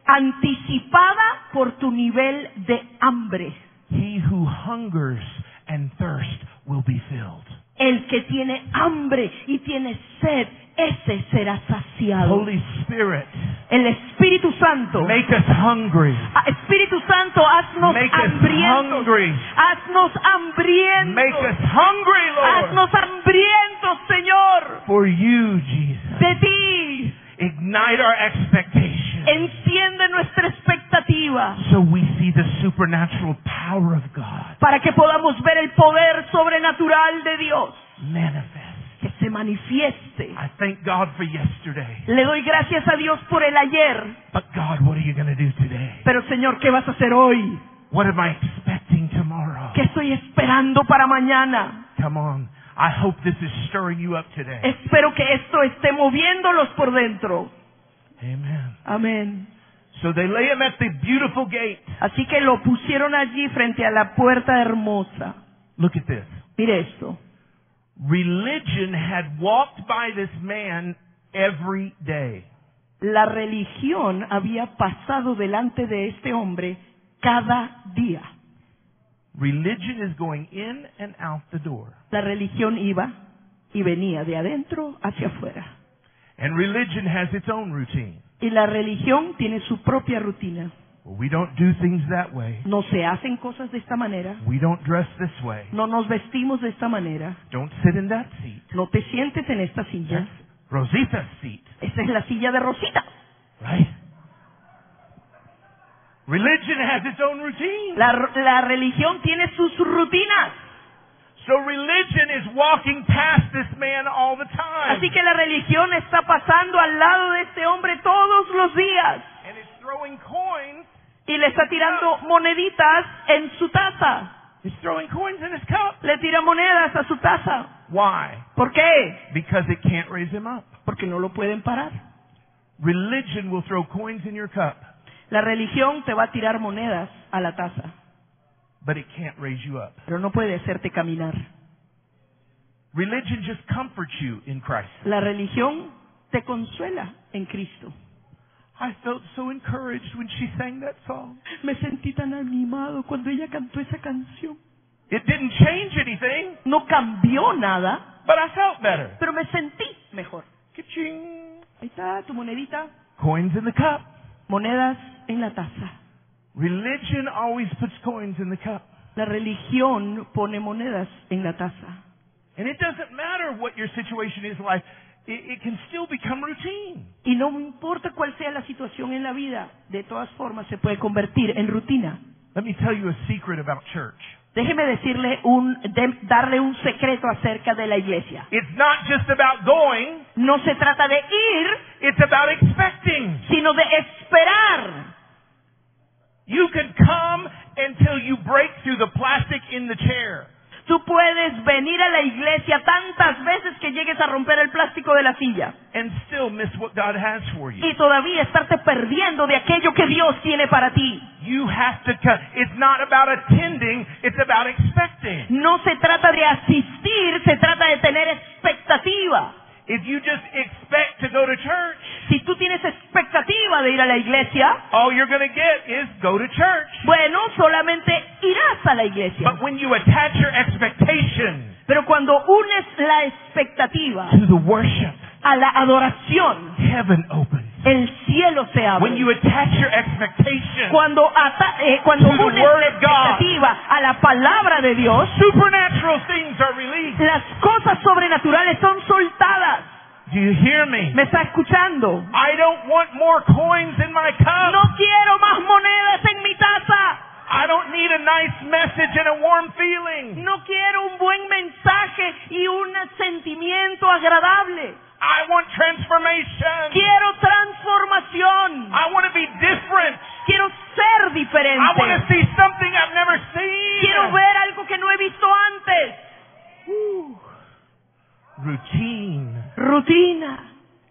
Speaker 3: anticipada por tu nivel de hambre.
Speaker 2: He who hungers and thirsts will be filled.
Speaker 3: El que tiene hambre y tiene sed, ese será saciado.
Speaker 2: Holy Spirit,
Speaker 3: El Espíritu Santo,
Speaker 2: make us hungry.
Speaker 3: Ah, Espíritu Santo, haznos
Speaker 2: Make us
Speaker 3: hambrientos.
Speaker 2: hungry.
Speaker 3: Haznos
Speaker 2: Make
Speaker 3: hambrientos.
Speaker 2: us hungry, Lord,
Speaker 3: Haznos hambrientos, Señor,
Speaker 2: for you, Jesus.
Speaker 3: de ti.
Speaker 2: Ignite our expectation
Speaker 3: Enciende nuestra expectativa.
Speaker 2: so we see the supernatural power of God
Speaker 3: para que podamos ver el poder sobrenatural de Dios
Speaker 2: manifest.
Speaker 3: que se manifieste.
Speaker 2: I thank God for yesterday.
Speaker 3: Le doy gracias a Dios por el ayer,
Speaker 2: But God, what are you going to do today?
Speaker 3: pero Señor, ¿qué vas a hacer hoy?
Speaker 2: What am I expecting tomorrow?
Speaker 3: ¿Qué estoy esperando para mañana?
Speaker 2: Come on. I hope this is stirring you up today.
Speaker 3: Espero que esto esté moviéndolos por dentro.
Speaker 2: Amen.
Speaker 3: Amén.
Speaker 2: So they lay him at the beautiful gate.
Speaker 3: Así que lo pusieron allí frente a la puerta hermosa.
Speaker 2: Look at this.
Speaker 3: Mire esto.
Speaker 2: Religion had walked by this man every day.
Speaker 3: La religión había pasado delante de este hombre cada día.
Speaker 2: Religion is going in and out the door.
Speaker 3: La religión iba y venía de adentro hacia afuera.
Speaker 2: And religion has its own routine.
Speaker 3: Y la religión tiene su propia rutina.
Speaker 2: Well, we don't do things that way.
Speaker 3: No se hacen cosas de esta manera.
Speaker 2: We don't dress this way.
Speaker 3: No nos vestimos de esta manera.
Speaker 2: Don't sit in that seat.
Speaker 3: No te sientes en esta silla.
Speaker 2: Rosita's seat,
Speaker 3: Esa es la silla de Rosita.
Speaker 2: right? Religion has its own routine.
Speaker 3: La, la religión tiene sus rutinas.
Speaker 2: So religion is walking past this man all the time.
Speaker 3: Así que la religión está pasando al lado de este hombre todos los días
Speaker 2: And it's throwing coins.
Speaker 3: y le está tirando moneditas en su taza.
Speaker 2: It's throwing coins in his cup.
Speaker 3: Le tira monedas a su taza.
Speaker 2: Why?
Speaker 3: ¿Por qué?
Speaker 2: Because it can't raise him up.
Speaker 3: Porque no lo pueden parar.
Speaker 2: Religion will throw coins in your cup,
Speaker 3: La religión te va a tirar monedas a la taza,
Speaker 2: but it can't raise you up.
Speaker 3: pero no puede hacerte caminar.
Speaker 2: Religion just comforts you in Christ.
Speaker 3: La religión te consuela en Cristo.
Speaker 2: I felt so encouraged when she sang that song.
Speaker 3: Me sentí tan animado cuando ella cantó esa canción.
Speaker 2: It didn't change anything,
Speaker 3: No cambió nada,
Speaker 2: but I felt better.
Speaker 3: pero me sentí mejor.
Speaker 2: Ka-ching.
Speaker 3: Ahí está tu monedita.
Speaker 2: Coins in the cup.
Speaker 3: Monedas en la taza.
Speaker 2: Religion always puts coins in the cup.
Speaker 3: La religión pone monedas en la taza.
Speaker 2: And it doesn't matter what your situation is in life, it, it can still become routine.
Speaker 3: Y no importa cuál sea la situación en la vida, de todas formas se puede convertir en rutina.
Speaker 2: Let me tell you a secret about church.
Speaker 3: Déjeme decirle un, de- darle un secreto acerca de la iglesia.
Speaker 2: It's not just about going,
Speaker 3: No se trata de ir,
Speaker 2: it's about expecting.
Speaker 3: sino de esperar.
Speaker 2: You can come until you break through the plastic in the chair.
Speaker 3: Tú puedes venir a la iglesia tantas veces que llegues a romper el plástico de la silla
Speaker 2: and still miss what God has for you.
Speaker 3: y todavía estarte perdiendo de aquello que Dios tiene para ti.
Speaker 2: You have to come. It's not about attending, it's about expecting.
Speaker 3: No se trata de asistir, se trata de tener expectativa.
Speaker 2: If you just expect to go to church,
Speaker 3: Si tú tienes expectativa de ir a la iglesia,
Speaker 2: all you're going to get is go to church.
Speaker 3: bueno, solamente irás a la iglesia.
Speaker 2: But when you attach your expectation
Speaker 3: Pero cuando unes la expectativa
Speaker 2: to the worship,
Speaker 3: a la adoración,
Speaker 2: heaven opens.
Speaker 3: el cielo se
Speaker 2: When
Speaker 3: abre.
Speaker 2: you attach your expectation,
Speaker 3: Cuando, ata- eh, cuando
Speaker 2: To the
Speaker 3: unes
Speaker 2: word
Speaker 3: la
Speaker 2: of God.
Speaker 3: expectativa a la palabra de Dios,
Speaker 2: supernatural things are released.
Speaker 3: las cosas sobrenaturales son soltadas.
Speaker 2: Do you hear me?
Speaker 3: ¿Me está escuchando?
Speaker 2: I don't want more coins in my cup.
Speaker 3: No quiero más monedas en mi taza.
Speaker 2: I don't need a nice message and a warm feeling.
Speaker 3: No quiero un buen mensaje y un sentimiento agradable.
Speaker 2: I want transformation.
Speaker 3: Quiero transformación.
Speaker 2: I want to be different.
Speaker 3: Quiero
Speaker 2: I
Speaker 3: ser
Speaker 2: want to
Speaker 3: diferente.
Speaker 2: see something I've never seen.
Speaker 3: Quiero ver algo que no he visto antes. Uh,
Speaker 2: Routine
Speaker 3: Rutina.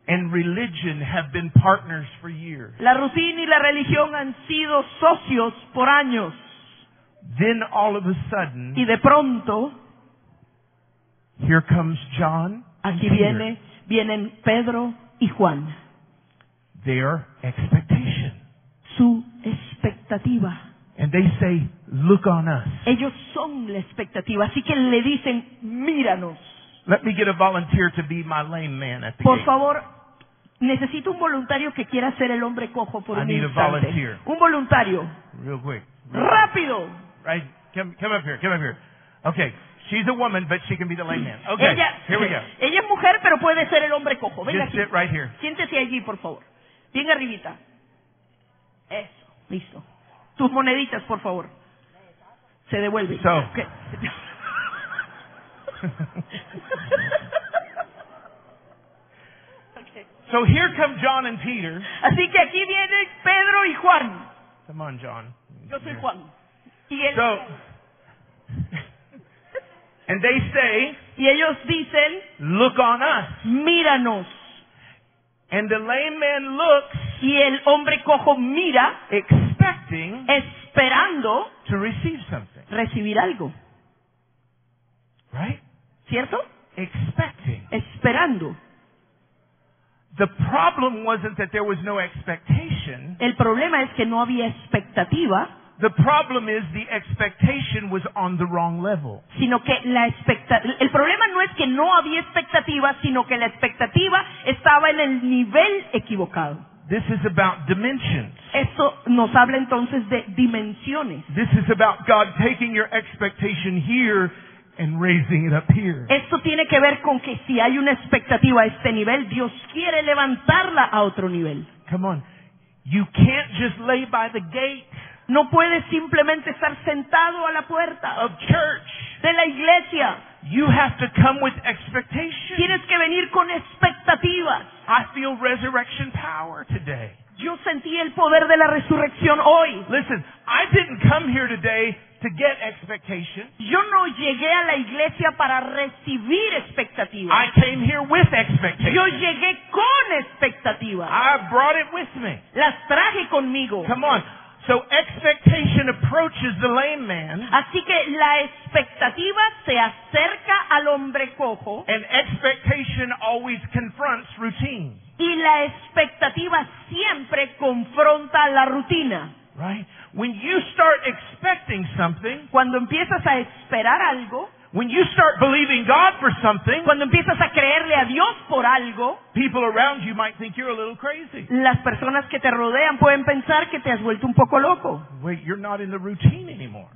Speaker 2: and religion have been partners for years.
Speaker 3: La rutina y la religión han sido socios por años.
Speaker 2: Then all of a sudden,
Speaker 3: Y de pronto,
Speaker 2: here comes John. and
Speaker 3: aquí
Speaker 2: Peter.
Speaker 3: viene, vienen Pedro y Juan.
Speaker 2: their expectation.
Speaker 3: Su expectativa.
Speaker 2: And they say, Look on us.
Speaker 3: Ellos son la expectativa. Así que le dicen, míranos.
Speaker 2: Let me get a volunteer to be my lame man at the
Speaker 3: Por
Speaker 2: gate.
Speaker 3: favor, necesito un voluntario que quiera ser el hombre cojo por
Speaker 2: I
Speaker 3: un
Speaker 2: need a
Speaker 3: instante.
Speaker 2: volunteer.
Speaker 3: Un voluntario.
Speaker 2: Real quick.
Speaker 3: ¡Rápido!
Speaker 2: Right? Come, come up here. Come up here. Okay. She's a woman, but she can be the lame man. Okay.
Speaker 3: ella,
Speaker 2: Here we go.
Speaker 3: ella es mujer, pero puede ser el hombre cojo. Venga
Speaker 2: Just
Speaker 3: aquí.
Speaker 2: sit right here.
Speaker 3: Siéntese allí, por favor. Bien arribita. Eso. Listo. Tus moneditas, por favor. Se devuelve.
Speaker 2: So.
Speaker 3: Ok.
Speaker 2: So here come John and Peter.
Speaker 3: Así que aquí vienen Pedro y Juan.
Speaker 2: Come on, John.
Speaker 3: Yo soy Juan. Y, él-
Speaker 2: So, and they say,
Speaker 3: y ellos dicen,
Speaker 2: Look on us.
Speaker 3: míranos.
Speaker 2: And the lame man looks,
Speaker 3: Y el hombre cojo mira
Speaker 2: expecting
Speaker 3: esperando
Speaker 2: to receive something.
Speaker 3: recibir algo,
Speaker 2: Right?
Speaker 3: ¿cierto?
Speaker 2: Expecting.
Speaker 3: Esperando.
Speaker 2: The problem wasn't that there was no expectation.
Speaker 3: El problema es que no había expectativa,
Speaker 2: The problem is the expectation was on the wrong level.
Speaker 3: sino que la expecta el problema no es que no había expectativa, sino que la expectativa estaba en el nivel equivocado.
Speaker 2: This is about dimensions.
Speaker 3: Esto nos habla entonces de dimensiones.
Speaker 2: This is about God taking your expectation here and raising it up here.
Speaker 3: Esto tiene que ver con que si hay una expectativa a este nivel, Dios quiere levantarla a otro nivel.
Speaker 2: Come on. You can't just lay by the gate
Speaker 3: No puedes simplemente estar sentado a la puerta
Speaker 2: of church.
Speaker 3: de la iglesia.
Speaker 2: You have to come with expectation.
Speaker 3: Tienes que venir con expectativas.
Speaker 2: I feel resurrection power today.
Speaker 3: Yo sentí el poder de la resurrección hoy.
Speaker 2: Listen, I didn't come here today to get expectation.
Speaker 3: Yo no llegué a la iglesia para recibir
Speaker 2: I
Speaker 3: expectativas.
Speaker 2: came here with
Speaker 3: Yo
Speaker 2: expectation.
Speaker 3: llegué con expectativas.
Speaker 2: I brought it with me.
Speaker 3: Las traje conmigo.
Speaker 2: Ah. Come on. So expectation approaches the lame man,
Speaker 3: Así que la expectativa se acerca al hombre cojo
Speaker 2: and expectation always confronts routine.
Speaker 3: y la expectativa siempre confronta la rutina.
Speaker 2: Right? When you start expecting something,
Speaker 3: Cuando empiezas a esperar algo,
Speaker 2: when you start believing God for something,
Speaker 3: cuando empiezas a creerle a Dios por algo,
Speaker 2: people around you might think you're a little crazy.
Speaker 3: las personas que te rodean pueden pensar que te has vuelto un poco loco.
Speaker 2: Wait, you're not in the routine anymore.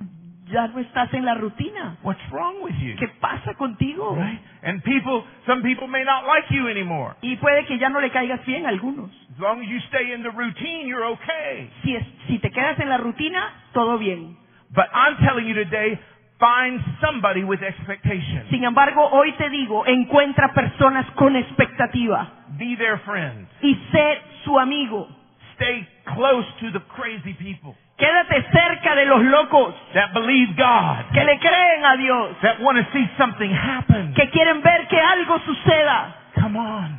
Speaker 3: Ya no estás en la rutina.
Speaker 2: What's wrong with you?
Speaker 3: ¿Qué pasa contigo?
Speaker 2: Right? And people, some people may not like you anymore.
Speaker 3: Y puede que ya no le caigas bien a algunos.
Speaker 2: As long as you stay in the routine, you're okay.
Speaker 3: Si, es- si te quedas en la rutina, todo bien.
Speaker 2: But I'm telling you today, find somebody with expectation.
Speaker 3: Sin embargo, hoy te digo, encuentra personas con expectativa
Speaker 2: Be their friend.
Speaker 3: y sé su amigo.
Speaker 2: Stay close to the crazy people
Speaker 3: Quédate cerca de los locos
Speaker 2: that believe God,
Speaker 3: que le creen a Dios,
Speaker 2: that want to see something happen.
Speaker 3: que quieren ver que algo suceda.
Speaker 2: Come on.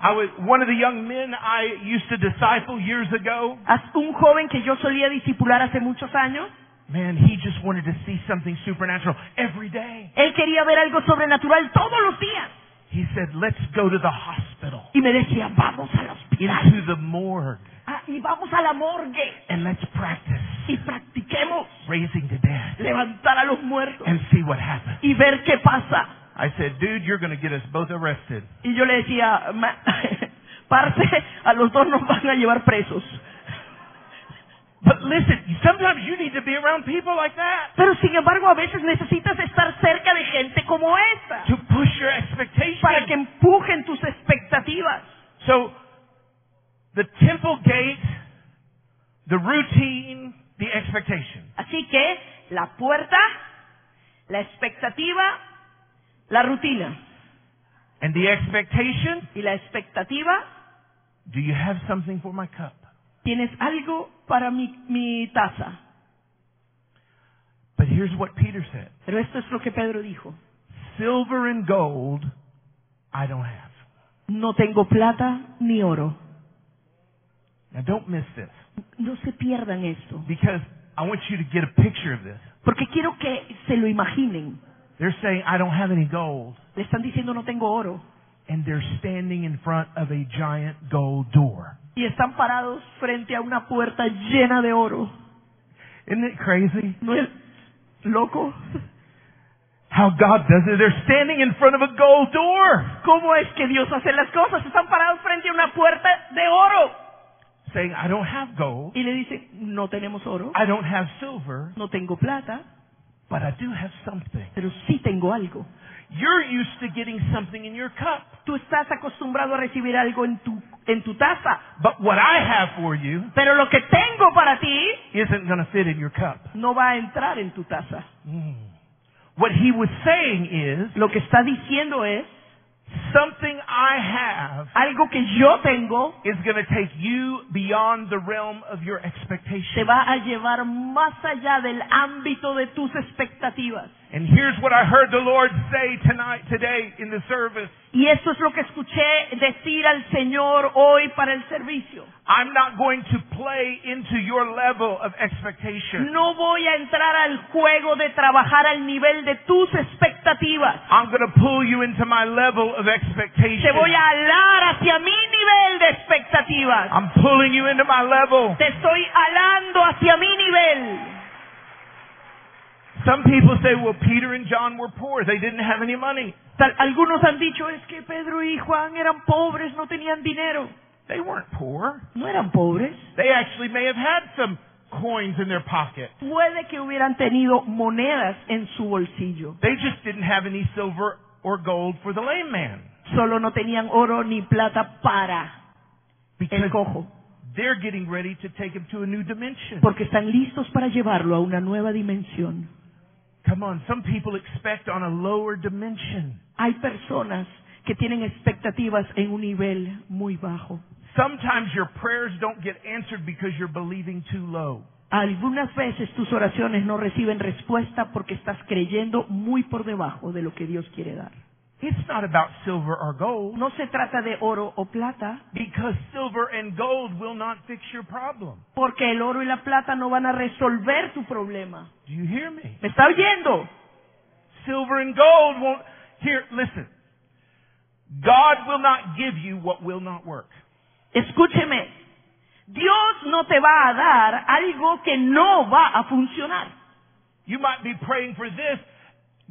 Speaker 2: I was one of the young men I used to disciple years ago.
Speaker 3: Haz un joven que yo solía discipular hace muchos años,
Speaker 2: Man, he just wanted to see something supernatural every day.
Speaker 3: él quería ver algo sobrenatural todos los días
Speaker 2: He said, "Let's go to the hospital,
Speaker 3: y me decía, vamos al hospital
Speaker 2: into the morgue,
Speaker 3: ah, y vamos a la morgue
Speaker 2: and let's practice
Speaker 3: y practiquemos
Speaker 2: raising the dead
Speaker 3: levantar a los muertos
Speaker 2: and see what happens."
Speaker 3: y ver qué pasa.
Speaker 2: I said, "Dude, you're going to get us both arrested."
Speaker 3: Y yo le decía, "Ma- parce, a los dos nos van a llevar presos.
Speaker 2: But listen, sometimes you need to be around people like that
Speaker 3: Pero sin embargo, a veces necesitas estar cerca de gente como esta
Speaker 2: to push your
Speaker 3: para que
Speaker 2: expectations.
Speaker 3: empujen tus expectativas.
Speaker 2: So, the temple gate, the routine, the expectation.
Speaker 3: Así que la puerta, la expectativa, la rutina.
Speaker 2: And the expectation,
Speaker 3: Y la expectativa,
Speaker 2: do you have something for my cup?
Speaker 3: tienes algo para mi, mi taza.
Speaker 2: But here's what Peter said.
Speaker 3: Pero esto es lo que Pedro dijo.
Speaker 2: Silver and gold I don't have.
Speaker 3: No tengo plata ni oro.
Speaker 2: Now don't miss this
Speaker 3: No se pierdan esto.
Speaker 2: because I want you to get a picture of this.
Speaker 3: Porque quiero que se lo imaginen.
Speaker 2: They're saying I don't have any gold
Speaker 3: Le están diciendo no tengo oro.
Speaker 2: and they're standing in front of a giant gold door.
Speaker 3: Y están parados frente a una puerta llena de oro.
Speaker 2: Isn't it crazy
Speaker 3: ¿No es loco?
Speaker 2: how God does it? They're standing in front of a gold door
Speaker 3: ¿Cómo es que Dios hace las cosas? Están parados frente a una puerta de oro.
Speaker 2: saying I don't have gold.
Speaker 3: Y le dicen, no tenemos oro,
Speaker 2: I don't have silver,
Speaker 3: no tengo plata,
Speaker 2: but I do have something.
Speaker 3: pero sí tengo algo.
Speaker 2: You're used to getting something in your cup.
Speaker 3: Tú estás acostumbrado a recibir algo en tu, en tu taza,
Speaker 2: But what I have for you
Speaker 3: pero lo que tengo para ti
Speaker 2: isn't going to fit in your cup.
Speaker 3: no va a entrar en tu taza.
Speaker 2: Mm. What he was saying is
Speaker 3: Lo que está diciendo es,
Speaker 2: something I have
Speaker 3: algo que yo tengo
Speaker 2: is going to take you beyond the realm of your
Speaker 3: te
Speaker 2: expectation.
Speaker 3: va a llevar más allá del ámbito de tus expectativas.
Speaker 2: And here's what I heard the Lord say tonight, today in the service.
Speaker 3: Y eso es lo que escuché decir al Señor hoy para el servicio.
Speaker 2: I'm not going to play into your level of expectation.
Speaker 3: No voy a entrar al juego de trabajar al nivel de tus expectativas.
Speaker 2: I'm going to pull you into my level of expectation.
Speaker 3: Te voy a alar hacia mi nivel de expectativas.
Speaker 2: I'm pulling you into my level.
Speaker 3: Te estoy alando hacia mi nivel.
Speaker 2: Some people say, well, Peter and John were poor. They didn't have any money.
Speaker 3: Tal- algunos han dicho, es que Pedro y Juan eran pobres, no tenían dinero.
Speaker 2: They weren't poor.
Speaker 3: No eran pobres.
Speaker 2: They actually may have had some coins in their pocket.
Speaker 3: Puede que hubieran tenido monedas en su bolsillo.
Speaker 2: They just didn't have any silver or gold for the lame man
Speaker 3: Solo no tenían oro ni plata para el
Speaker 2: because
Speaker 3: cojo.
Speaker 2: they're getting ready to take him to a new dimension.
Speaker 3: Porque están listos para llevarlo a una nueva dimensión.
Speaker 2: Come on, some people expect on a lower dimension.
Speaker 3: Hay personas que tienen expectativas en un nivel muy bajo.
Speaker 2: Sometimes your prayers don't get answered because you're believing too low.
Speaker 3: Algunas veces tus oraciones no reciben respuesta porque estás creyendo muy por debajo de lo que Dios quiere dar.
Speaker 2: It's not about silver or gold
Speaker 3: No se trata de oro o plata,
Speaker 2: because silver and gold will not fix your problem.
Speaker 3: porque el oro y la plata no van a resolver tu problema.
Speaker 2: Do you hear me?
Speaker 3: ¿Me está oyendo?
Speaker 2: Silver and gold won't. Here, listen. God will not give you what will not work.
Speaker 3: Escúcheme. Dios no te va a dar algo que no va a funcionar.
Speaker 2: You might be praying for this.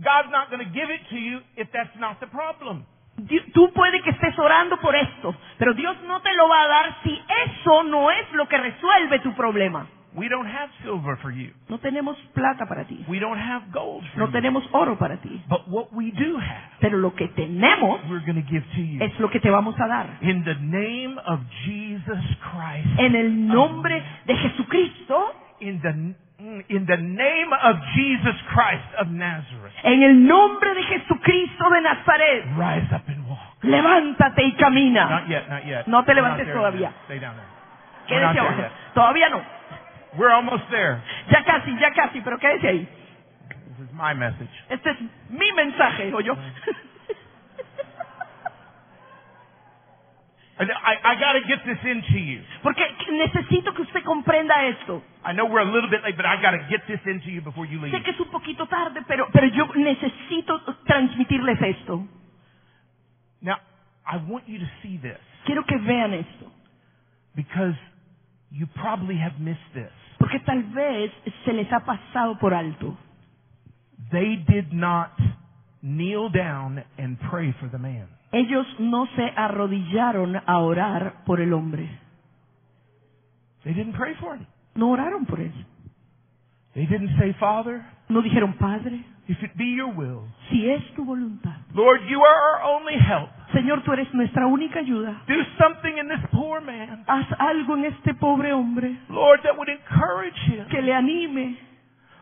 Speaker 2: God's not going to give it to you if that's not the problem.
Speaker 3: Di- Tú puede que estés orando por esto, pero Dios no te lo va a dar si eso no es lo que resuelve tu problema.
Speaker 2: We don't have silver for you.
Speaker 3: No tenemos plata para ti,
Speaker 2: We don't have gold for
Speaker 3: no
Speaker 2: you.
Speaker 3: tenemos oro para ti,
Speaker 2: But what we do have,
Speaker 3: pero lo que tenemos
Speaker 2: we're going to give to you.
Speaker 3: es lo que te vamos a dar.
Speaker 2: In the name of Jesus Christ.
Speaker 3: En el nombre de Jesucristo,
Speaker 2: In the, mm, in the name of Jesus Christ of Nazareth.
Speaker 3: en el nombre de Jesucristo de Nazaret,
Speaker 2: Rise up and walk.
Speaker 3: levántate y camina.
Speaker 2: Not yet, not yet.
Speaker 3: No te
Speaker 2: We're not
Speaker 3: levantes
Speaker 2: there
Speaker 3: todavía.
Speaker 2: yet. Stay down there. We're not
Speaker 3: Quédese
Speaker 2: there
Speaker 3: abajo. Todavía no.
Speaker 2: yet. We're almost there.
Speaker 3: Ya casi, ya casi, pero quédese ahí.
Speaker 2: This is my message.
Speaker 3: Este es mi mensaje, yo.
Speaker 2: I, I, I got to get this into you.
Speaker 3: Porque necesito que usted comprenda esto.
Speaker 2: I know we're a little bit late, but I got to get this into you before you leave.
Speaker 3: Sé que es un poquito tarde, pero, pero yo necesito transmitirles esto.
Speaker 2: Now, I want you to see this
Speaker 3: Quiero que vean esto.
Speaker 2: because you probably have missed this.
Speaker 3: Porque tal vez se les ha pasado por alto.
Speaker 2: They did not kneel down and pray for the man.
Speaker 3: Ellos no se arrodillaron a orar por el hombre.
Speaker 2: They didn't pray for him.
Speaker 3: No oraron por él.
Speaker 2: They didn't say, Father,
Speaker 3: No dijeron, Padre,
Speaker 2: if it be your will,
Speaker 3: si es tu voluntad.
Speaker 2: Lord, you are our only help.
Speaker 3: Señor, tú eres nuestra única ayuda.
Speaker 2: Do something in this poor man,
Speaker 3: Haz algo en este pobre hombre
Speaker 2: Lord, that would encourage him.
Speaker 3: que le anime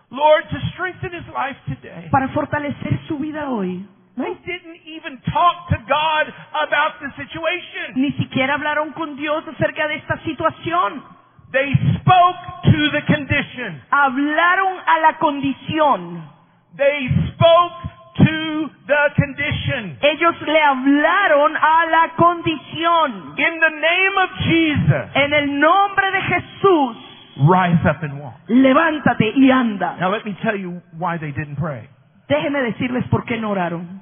Speaker 2: Lord, to strengthen his life today.
Speaker 3: para fortalecer su vida hoy. ¿no?
Speaker 2: They didn't even talk to God about the situation.
Speaker 3: Ni siquiera hablaron con Dios acerca de esta situación.
Speaker 2: They spoke to the condition.
Speaker 3: Hablaron a la condición.
Speaker 2: They spoke to the condition.
Speaker 3: Ellos le hablaron a la condición.
Speaker 2: In the name of Jesus,
Speaker 3: En el nombre de Jesús,
Speaker 2: rise up and walk.
Speaker 3: levántate y anda.
Speaker 2: Now let me tell you why they didn't pray.
Speaker 3: Déjenme decirles por qué no oraron.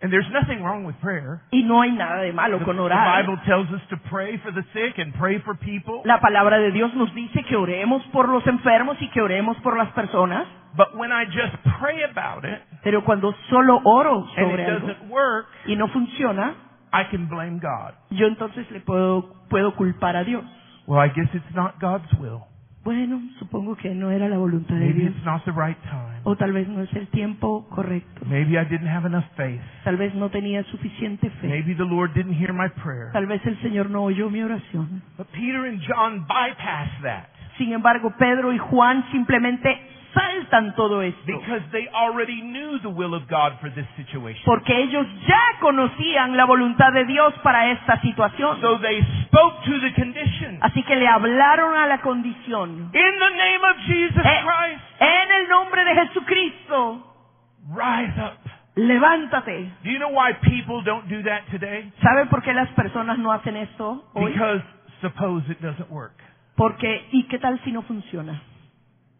Speaker 2: And there's nothing wrong with prayer.
Speaker 3: Y no hay nada de malo con
Speaker 2: The
Speaker 3: orar.
Speaker 2: Bible tells us to pray for the sick and pray for people.
Speaker 3: La palabra de Dios nos dice que oremos por los enfermos y que oremos por las personas.
Speaker 2: But when I just pray about it
Speaker 3: Pero cuando solo oro
Speaker 2: and
Speaker 3: sobre
Speaker 2: it
Speaker 3: algo
Speaker 2: doesn't work,
Speaker 3: y no funciona,
Speaker 2: I can blame God.
Speaker 3: yo entonces le puedo, puedo culpar a Dios.
Speaker 2: Well, I guess it's not God's will.
Speaker 3: Bueno, supongo que no era la voluntad de
Speaker 2: Maybe
Speaker 3: Dios.
Speaker 2: it's not the right time.
Speaker 3: O tal vez no es el tiempo correcto.
Speaker 2: Maybe I didn't have enough faith.
Speaker 3: Tal vez no tenía suficiente fe.
Speaker 2: Maybe the Lord didn't hear my prayer.
Speaker 3: Tal vez el Señor no oyó mi oración.
Speaker 2: But Peter and John bypassed that
Speaker 3: Sin embargo, Pedro y Juan simplemente saltan todo esto.
Speaker 2: because they already knew the will of God for this situation.
Speaker 3: Porque ellos ya conocían la voluntad de Dios para esta situación.
Speaker 2: So they spoke to the condition.
Speaker 3: Así que le hablaron a la condición.
Speaker 2: In the name of Jesus
Speaker 3: Eh,
Speaker 2: Christ,
Speaker 3: en el nombre de Jesucristo,
Speaker 2: rise up.
Speaker 3: levántate.
Speaker 2: Do you know why people don't do that today?
Speaker 3: ¿Sabe por qué las personas no hacen esto hoy?
Speaker 2: Because suppose it doesn't work.
Speaker 3: Porque, ¿y qué tal si no funciona?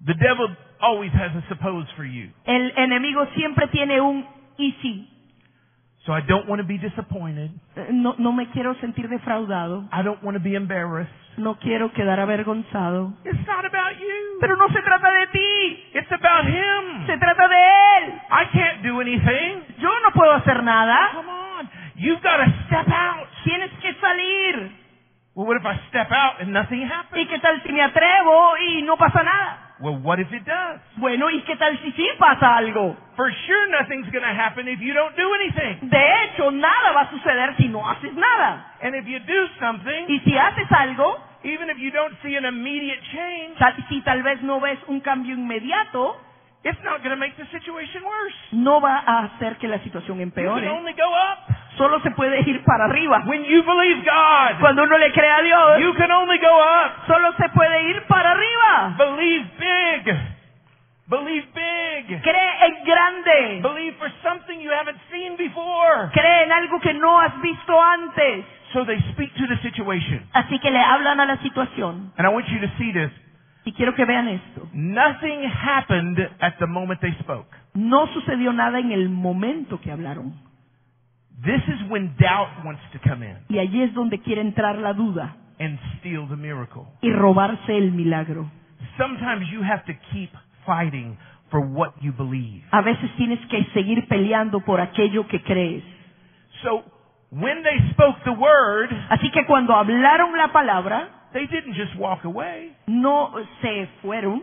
Speaker 2: The devil always has a suppose for you.
Speaker 3: El enemigo siempre tiene un y si.
Speaker 2: So I don't want to be disappointed.
Speaker 3: Eh, No, no me quiero sentir defraudado.
Speaker 2: I don't want to be embarrassed.
Speaker 3: No quiero quedar avergonzado.
Speaker 2: It's not about you.
Speaker 3: Pero no se trata de ti.
Speaker 2: It's about him.
Speaker 3: Se trata de él.
Speaker 2: I can't do anything.
Speaker 3: Yo no puedo hacer nada.
Speaker 2: Come on. You've got to step out.
Speaker 3: Tienes que salir.
Speaker 2: Well, what if I step out and nothing
Speaker 3: ¿Y
Speaker 2: happens?
Speaker 3: qué tal si me atrevo y no pasa nada?
Speaker 2: Well, what if it does?
Speaker 3: Bueno, ¿y qué tal si sí pasa algo?
Speaker 2: For sure nothing's going to happen if you don't do anything.
Speaker 3: De hecho, nada va a suceder si no haces nada.
Speaker 2: And if you do something,
Speaker 3: Y si haces algo,
Speaker 2: even if you don't see an immediate change,
Speaker 3: tal- si tal vez no ves un cambio inmediato,
Speaker 2: it's not going to make the situation worse.
Speaker 3: no va a hacer que la situación
Speaker 2: You can
Speaker 3: empeore.
Speaker 2: only go up
Speaker 3: Solo se puede ir para arriba.
Speaker 2: when you believe God.
Speaker 3: Cuando uno le cree a Dios,
Speaker 2: You can only go up.
Speaker 3: solo se puede ir para arriba.
Speaker 2: Believe big. Believe big.
Speaker 3: Cree en grande.
Speaker 2: Believe for something you haven't seen before.
Speaker 3: Cree en algo que no has visto antes.
Speaker 2: So they speak to the situation.
Speaker 3: Así que le hablan a la situación.
Speaker 2: And I want you to see this.
Speaker 3: Y quiero que vean esto.
Speaker 2: Nothing happened at the moment they spoke.
Speaker 3: No sucedió nada en el momento que hablaron.
Speaker 2: This is when doubt wants to come in
Speaker 3: Y allí es donde quiere entrar la duda
Speaker 2: and steal the miracle.
Speaker 3: y robarse el milagro.
Speaker 2: Sometimes you have to keep fighting for what you believe.
Speaker 3: A veces tienes que seguir peleando por aquello que crees.
Speaker 2: So when they spoke the word,
Speaker 3: Así que cuando hablaron la palabra,
Speaker 2: they didn't just walk away.
Speaker 3: no se fueron.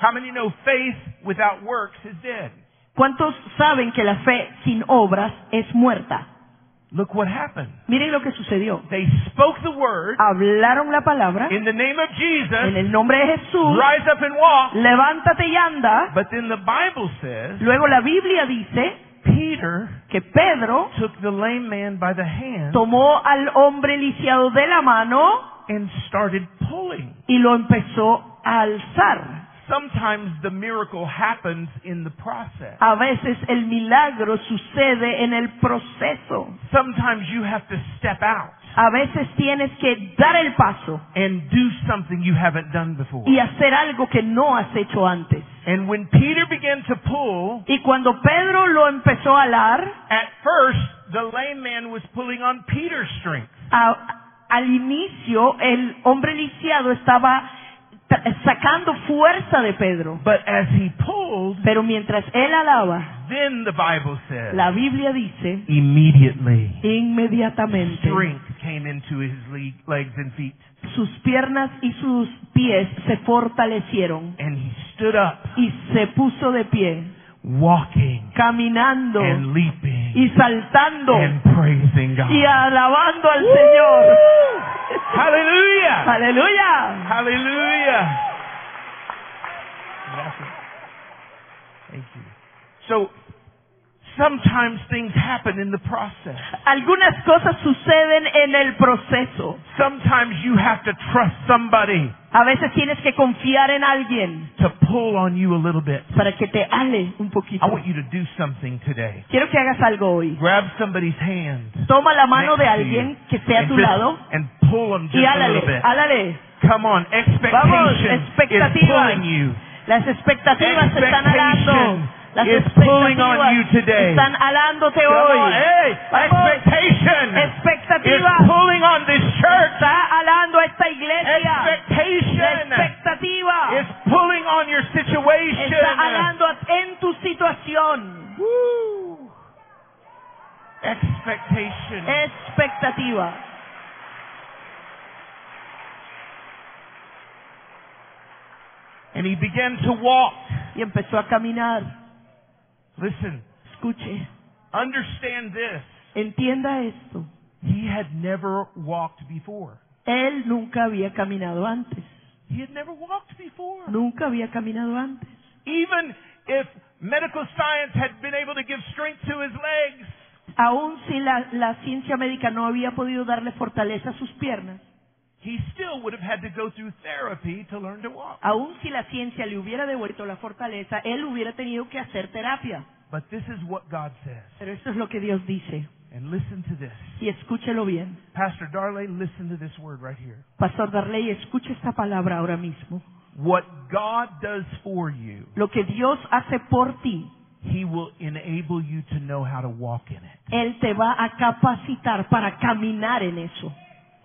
Speaker 2: How many know faith without works is dead?
Speaker 3: ¿Cuántos saben que la fe sin obras es muerta?
Speaker 2: Look what happened.
Speaker 3: Miren lo que sucedió.
Speaker 2: They spoke the word
Speaker 3: Hablaron la palabra
Speaker 2: in the name of
Speaker 3: en
Speaker 2: Jesus,
Speaker 3: el nombre de Jesús.
Speaker 2: rise up and walk.
Speaker 3: Levántate y anda.
Speaker 2: But then the Bible says
Speaker 3: Luego la Biblia dice
Speaker 2: Peter
Speaker 3: que Pedro
Speaker 2: took the lame man by the hand
Speaker 3: tomó al hombre lisiado de la mano
Speaker 2: and started pulling.
Speaker 3: y lo empezó a alzar.
Speaker 2: Sometimes the miracle happens in the process.
Speaker 3: A veces el milagro sucede en el proceso.
Speaker 2: Sometimes you have to step out
Speaker 3: A veces tienes que dar el paso
Speaker 2: and do something you haven't done before.
Speaker 3: y hacer algo que no has hecho antes.
Speaker 2: And when Peter began to pull,
Speaker 3: Y cuando Pedro lo empezó a alar,
Speaker 2: at first the lame man was pulling on Peter's strength.
Speaker 3: a- al inicio el hombre lisiado estaba tra- sacando fuerza de Pedro.
Speaker 2: But as he pulled,
Speaker 3: Pero mientras él alaba,
Speaker 2: then the Bible says,
Speaker 3: la Biblia dice,
Speaker 2: immediately
Speaker 3: inmediatamente
Speaker 2: strength came into his le- legs and feet,
Speaker 3: sus piernas y sus pies se fortalecieron
Speaker 2: and he stood up,
Speaker 3: y se puso de pie,
Speaker 2: walking
Speaker 3: caminando
Speaker 2: and leaping
Speaker 3: y saltando
Speaker 2: and praising God.
Speaker 3: y alabando al Señor.
Speaker 2: Hallelujah!
Speaker 3: Aleluya.
Speaker 2: Hallelujah! Gracias. Thank you. So, sometimes things happen in the process.
Speaker 3: Algunas cosas suceden en el proceso.
Speaker 2: Sometimes you have to trust somebody
Speaker 3: A veces tienes que confiar en alguien
Speaker 2: to pull on you a little bit.
Speaker 3: para que te ale un poquito.
Speaker 2: I want you to do something today.
Speaker 3: Quiero que hagas algo hoy.
Speaker 2: Grab somebody's hand.
Speaker 3: Toma la mano
Speaker 2: next
Speaker 3: de
Speaker 2: to
Speaker 3: alguien
Speaker 2: you
Speaker 3: que esté a
Speaker 2: and
Speaker 3: tu
Speaker 2: just-
Speaker 3: lado
Speaker 2: And pull them just
Speaker 3: y
Speaker 2: a little
Speaker 3: álale,
Speaker 2: bit.
Speaker 3: álale.
Speaker 2: Come on,
Speaker 3: Vamos,
Speaker 2: expectation is
Speaker 3: expectativas.
Speaker 2: pulling you.
Speaker 3: Las expectativas te están
Speaker 2: Expectation
Speaker 3: alando. Las
Speaker 2: is pulling on you
Speaker 3: expectativas
Speaker 2: today.
Speaker 3: están alándote
Speaker 2: Come
Speaker 3: hoy.
Speaker 2: on, hey,
Speaker 3: Vamos.
Speaker 2: expectation is
Speaker 3: Expectativa
Speaker 2: pulling on this church.
Speaker 3: está alando a esta iglesia. La
Speaker 2: Expectation
Speaker 3: expectativa
Speaker 2: is pulling on your
Speaker 3: está
Speaker 2: situation.
Speaker 3: alando a- en tu situación.
Speaker 2: Woo. Expectation.
Speaker 3: Expectativa.
Speaker 2: And he began to walk.
Speaker 3: Y empezó a caminar.
Speaker 2: Listen,
Speaker 3: Escuche,
Speaker 2: understand this.
Speaker 3: entienda esto.
Speaker 2: He had never walked before.
Speaker 3: Él nunca había caminado antes.
Speaker 2: He had never walked before.
Speaker 3: Nunca había caminado antes.
Speaker 2: Even if medical science had been able to give strength to his legs,
Speaker 3: Aún si la, la ciencia médica no había podido darle fortaleza a sus piernas,
Speaker 2: he still would have had to go through therapy to learn to walk.
Speaker 3: aún si la ciencia le hubiera devuelto la fortaleza, él hubiera tenido que hacer terapia.
Speaker 2: But this is what God says.
Speaker 3: Pero esto es lo que Dios dice.
Speaker 2: And listen to this.
Speaker 3: Y escúchelo bien.
Speaker 2: Pastor Darley, listen to this word right here.
Speaker 3: Pastor Darley, escuche esta palabra ahora mismo.
Speaker 2: What God does for you,
Speaker 3: Lo que Dios hace por ti,
Speaker 2: he will enable you to know how to walk in it.
Speaker 3: Él te va a capacitar para caminar en eso.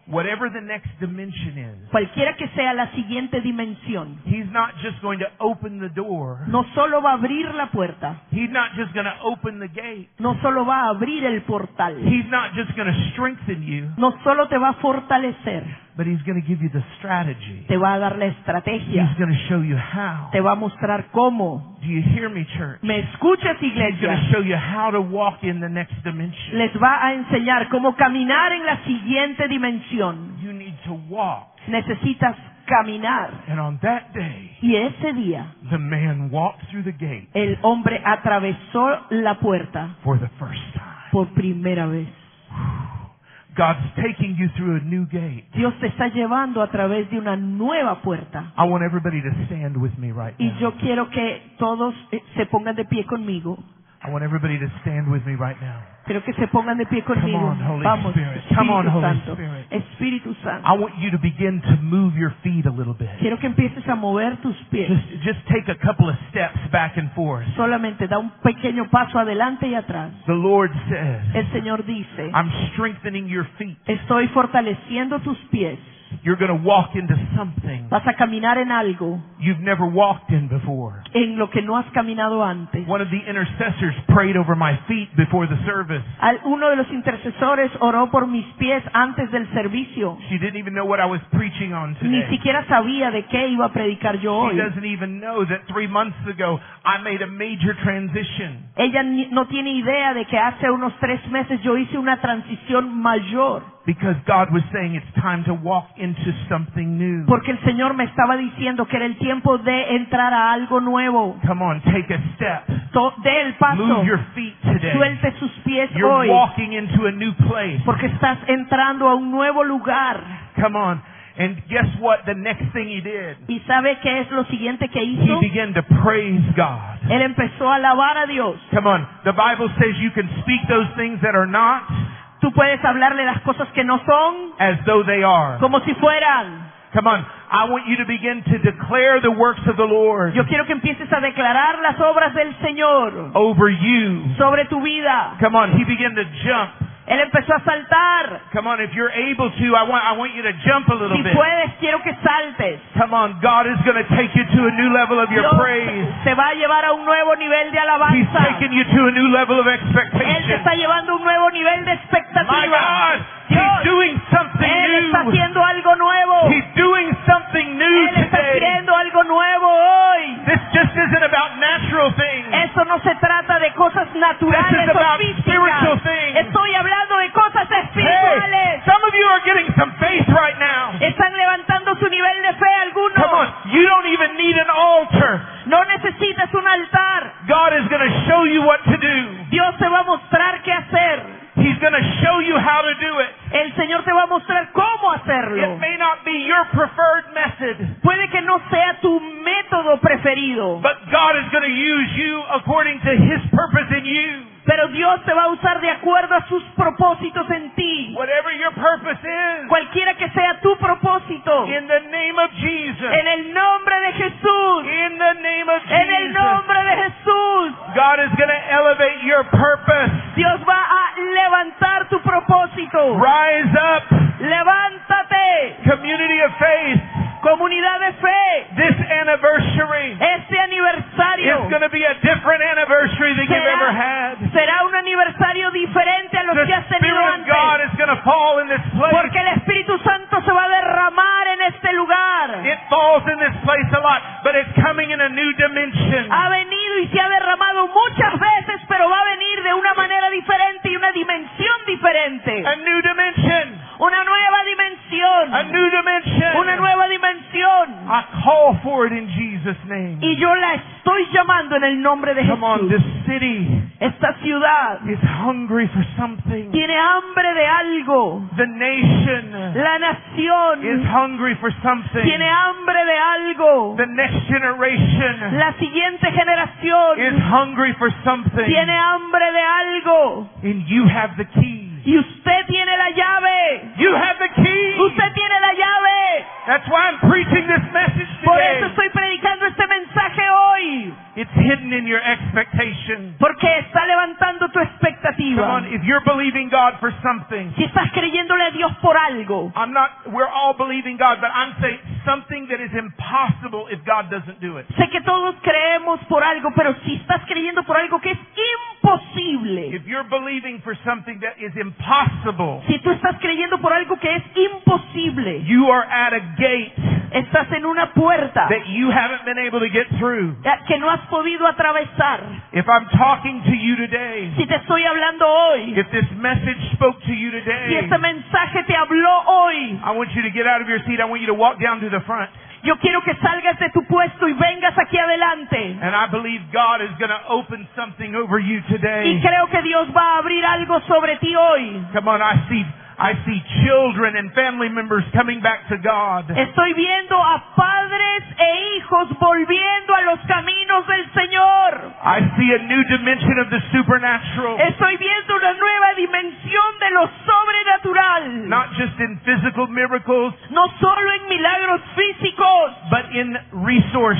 Speaker 2: Whatever the next dimension is,
Speaker 3: Cualquiera que sea la siguiente dimensión,
Speaker 2: he's not just going to open the door.
Speaker 3: no solo va a abrir la puerta,
Speaker 2: He's not just going to open the gate.
Speaker 3: no solo va a abrir el portal,
Speaker 2: He's not just going to strengthen you.
Speaker 3: no solo te va a fortalecer,
Speaker 2: But he's going to give you the strategy.
Speaker 3: Te va a dar la
Speaker 2: He's
Speaker 3: estrategia.
Speaker 2: going to show you how.
Speaker 3: Te va a mostrar cómo.
Speaker 2: Do you hear me, church?
Speaker 3: ¿Me escuchas,
Speaker 2: He's going
Speaker 3: iglesia?
Speaker 2: to show you how to walk in the next dimension.
Speaker 3: Les va a enseñar cómo caminar en la siguiente dimensión.
Speaker 2: You need to walk.
Speaker 3: Necesitas caminar.
Speaker 2: And on that day,
Speaker 3: Y ese día,
Speaker 2: the man walked through the gate
Speaker 3: el hombre atravesó la puerta
Speaker 2: for the first time.
Speaker 3: por primera vez.
Speaker 2: God's taking you through a new gate.
Speaker 3: Dios te está llevando a través de una nueva puerta.
Speaker 2: I want everybody to stand with me right
Speaker 3: Y yo
Speaker 2: now.
Speaker 3: quiero que todos eh, se pongan de pie conmigo.
Speaker 2: I want everybody to stand with me right now.
Speaker 3: Quiero que se pongan de pie conmigo.
Speaker 2: Come on, Holy
Speaker 3: Vamos,
Speaker 2: Spirit.
Speaker 3: Espíritu
Speaker 2: Come on, Holy
Speaker 3: Santo.
Speaker 2: Spirit.
Speaker 3: Espíritu Santo.
Speaker 2: I want you to begin to move your feet a little bit.
Speaker 3: Quiero que empieces a mover tus pies.
Speaker 2: Just, just take a couple of steps back and forth.
Speaker 3: Solamente da un pequeño paso adelante y atrás.
Speaker 2: The Lord says,
Speaker 3: El Señor dice,
Speaker 2: I'm strengthening your feet.
Speaker 3: estoy fortaleciendo tus pies.
Speaker 2: You're going to walk into something
Speaker 3: Vas a caminar en algo
Speaker 2: you've never walked in before.
Speaker 3: en lo que no has caminado antes.
Speaker 2: One of the intercessors prayed over my feet before the service.
Speaker 3: Al- Uno de los intercesores oró por mis pies antes del servicio.
Speaker 2: She didn't even know what I was preaching on
Speaker 3: Ni
Speaker 2: today.
Speaker 3: siquiera sabía de qué iba a predicar yo
Speaker 2: She
Speaker 3: hoy.
Speaker 2: doesn't even know that three months ago I made a major transition.
Speaker 3: Ella ni- no tiene idea de que hace unos tres meses yo hice una transición mayor,
Speaker 2: Because God was saying it's time to walk into something new.
Speaker 3: porque el Señor me estaba diciendo que era el tiempo de entrar a algo nuevo.
Speaker 2: Come on, take a step.
Speaker 3: To- dé el paso,
Speaker 2: Move your feet today.
Speaker 3: suelte sus pies
Speaker 2: You're
Speaker 3: hoy,
Speaker 2: walking into a new place.
Speaker 3: porque estás entrando a un nuevo lugar.
Speaker 2: Come on. And guess what? The next thing he did,
Speaker 3: ¿Y sabe qué es lo siguiente que
Speaker 2: he
Speaker 3: hizo?
Speaker 2: began to praise God.
Speaker 3: Él empezó a alabar a Dios.
Speaker 2: Come on. The Bible says you can speak those things that are not
Speaker 3: Tú puedes hablarle las cosas que no son
Speaker 2: as though they are.
Speaker 3: como si fueran.
Speaker 2: Come on. I want you to begin to declare the works of the Lord
Speaker 3: Yo quiero que empieces a declarar las obras del Señor
Speaker 2: over you.
Speaker 3: sobre tu vida.
Speaker 2: Come on. He began to jump.
Speaker 3: Él empezó a saltar.
Speaker 2: Come on. If you're able to, I want, I want you to jump a little
Speaker 3: Si
Speaker 2: bit.
Speaker 3: puedes, quiero que saltes.
Speaker 2: Come on. God is going to take you to a new level of your
Speaker 3: Dios
Speaker 2: praise.
Speaker 3: te va a llevar a un nuevo nivel de
Speaker 2: He's
Speaker 3: alabanza.
Speaker 2: taking you to a new level of
Speaker 3: Él te
Speaker 2: expectation.
Speaker 3: está llevando a un nuevo nivel de
Speaker 2: My
Speaker 3: expectativa.
Speaker 2: God, He's doing something
Speaker 3: Él está
Speaker 2: new.
Speaker 3: haciendo algo nuevo.
Speaker 2: He's doing something new
Speaker 3: Él está
Speaker 2: today.
Speaker 3: haciendo algo nuevo hoy.
Speaker 2: This just isn't about natural things.
Speaker 3: Esto no se trata de cosas
Speaker 2: This
Speaker 3: naturales
Speaker 2: is
Speaker 3: o
Speaker 2: about spiritual
Speaker 3: físicas.
Speaker 2: things.
Speaker 3: Estoy hablando de cosas
Speaker 2: Hey,
Speaker 3: espirituales.
Speaker 2: some of you are getting some faith right now.
Speaker 3: Están levantando su nivel de fe
Speaker 2: Come on,
Speaker 3: algunos.
Speaker 2: you don't even need an altar.
Speaker 3: No necesitas un altar.
Speaker 2: God is going to show you what to do.
Speaker 3: Dios te va a mostrar qué hacer.
Speaker 2: He's going to show you how to do it.
Speaker 3: El Señor te va a mostrar cómo hacerlo.
Speaker 2: It may not be your preferred method,
Speaker 3: Puede que no sea tu método preferido,
Speaker 2: but God is going to use you according to His purpose in you.
Speaker 3: pero Dios te va a usar de acuerdo a sus propósitos en ti.
Speaker 2: Whatever your purpose is,
Speaker 3: Cualquiera que sea tu propósito,
Speaker 2: in the name of Jesus.
Speaker 3: en el nombre de Jesús,
Speaker 2: In the name of
Speaker 3: en el
Speaker 2: Jesus,
Speaker 3: nombre de Jesús,
Speaker 2: God is going to elevate your purpose.
Speaker 3: Dios va a levantar tu propósito.
Speaker 2: Rise up,
Speaker 3: Levántate,
Speaker 2: community of faith.
Speaker 3: comunidad de fe.
Speaker 2: This anniversary
Speaker 3: Este
Speaker 2: is
Speaker 3: aniversario
Speaker 2: going to be a different anniversary than you've ever had.
Speaker 3: será, será un aniversario diferente a los
Speaker 2: The
Speaker 3: que has tenido
Speaker 2: Spirit of God
Speaker 3: antes.
Speaker 2: is going to fall in this place.
Speaker 3: Porque el Espíritu Santo se va a derramar en este lugar.
Speaker 2: It falls in this place a lot, but it's coming in a new dimension.
Speaker 3: Ha venido y se ha derramado muchas veces, pero va a venir de una manera diferente y una dimensión diferente.
Speaker 2: A new dimension.
Speaker 3: Una nueva dimensión.
Speaker 2: A new dimension.
Speaker 3: Una nueva dimensión.
Speaker 2: I call for it in Jesus' name.
Speaker 3: Y yo la estoy llamando en el nombre de
Speaker 2: Come on,
Speaker 3: Jesús.
Speaker 2: this city
Speaker 3: Esta ciudad
Speaker 2: is hungry for something.
Speaker 3: tiene hambre de algo.
Speaker 2: The nation
Speaker 3: La
Speaker 2: is
Speaker 3: nación
Speaker 2: hungry for something.
Speaker 3: tiene hambre de algo.
Speaker 2: The next generation
Speaker 3: La siguiente generación
Speaker 2: is hungry for something.
Speaker 3: tiene hambre de algo.
Speaker 2: And you have the key.
Speaker 3: Y usted tiene la llave.
Speaker 2: You have the key.
Speaker 3: Usted tiene la llave.
Speaker 2: That's why I'm preaching this message
Speaker 3: Por eso
Speaker 2: today.
Speaker 3: estoy predicando este mensaje hoy.
Speaker 2: It's hidden in your expectation.
Speaker 3: Porque está levantando tu
Speaker 2: Come
Speaker 3: positiva,
Speaker 2: on, if you're believing God for something,
Speaker 3: si estás creyéndole a Dios por algo,
Speaker 2: I'm not, we're all believing God, but I'm saying something that is impossible if God doesn't do it.
Speaker 3: sé que todos creemos por algo, pero si estás creyendo por algo que es imposible,
Speaker 2: If you're believing for something that is impossible,
Speaker 3: si tú estás creyendo por algo que es imposible,
Speaker 2: you are at a gate
Speaker 3: estás en una puerta
Speaker 2: that you haven't been able to get through.
Speaker 3: que no has podido atravesar,
Speaker 2: If I'm talking to you today,
Speaker 3: si te estoy hablando hoy,
Speaker 2: if this message spoke to you
Speaker 3: si este
Speaker 2: today,
Speaker 3: mensaje te habló hoy,
Speaker 2: I want you to get out of your seat. I want you to walk down to the front.
Speaker 3: yo quiero que salgas de tu puesto y vengas aquí adelante.
Speaker 2: And I believe God is going to open something over you
Speaker 3: Y
Speaker 2: today.
Speaker 3: creo que Dios va a abrir algo sobre ti hoy.
Speaker 2: Come on, I see I see children and family members coming back to God.
Speaker 3: Estoy viendo a padres e hijos volviendo a los caminos del Señor.
Speaker 2: I see a new dimension of the supernatural,
Speaker 3: Estoy viendo una nueva dimensión de lo sobrenatural.
Speaker 2: not just in physical miracles,
Speaker 3: No solo en milagros físicos,
Speaker 2: but in resource,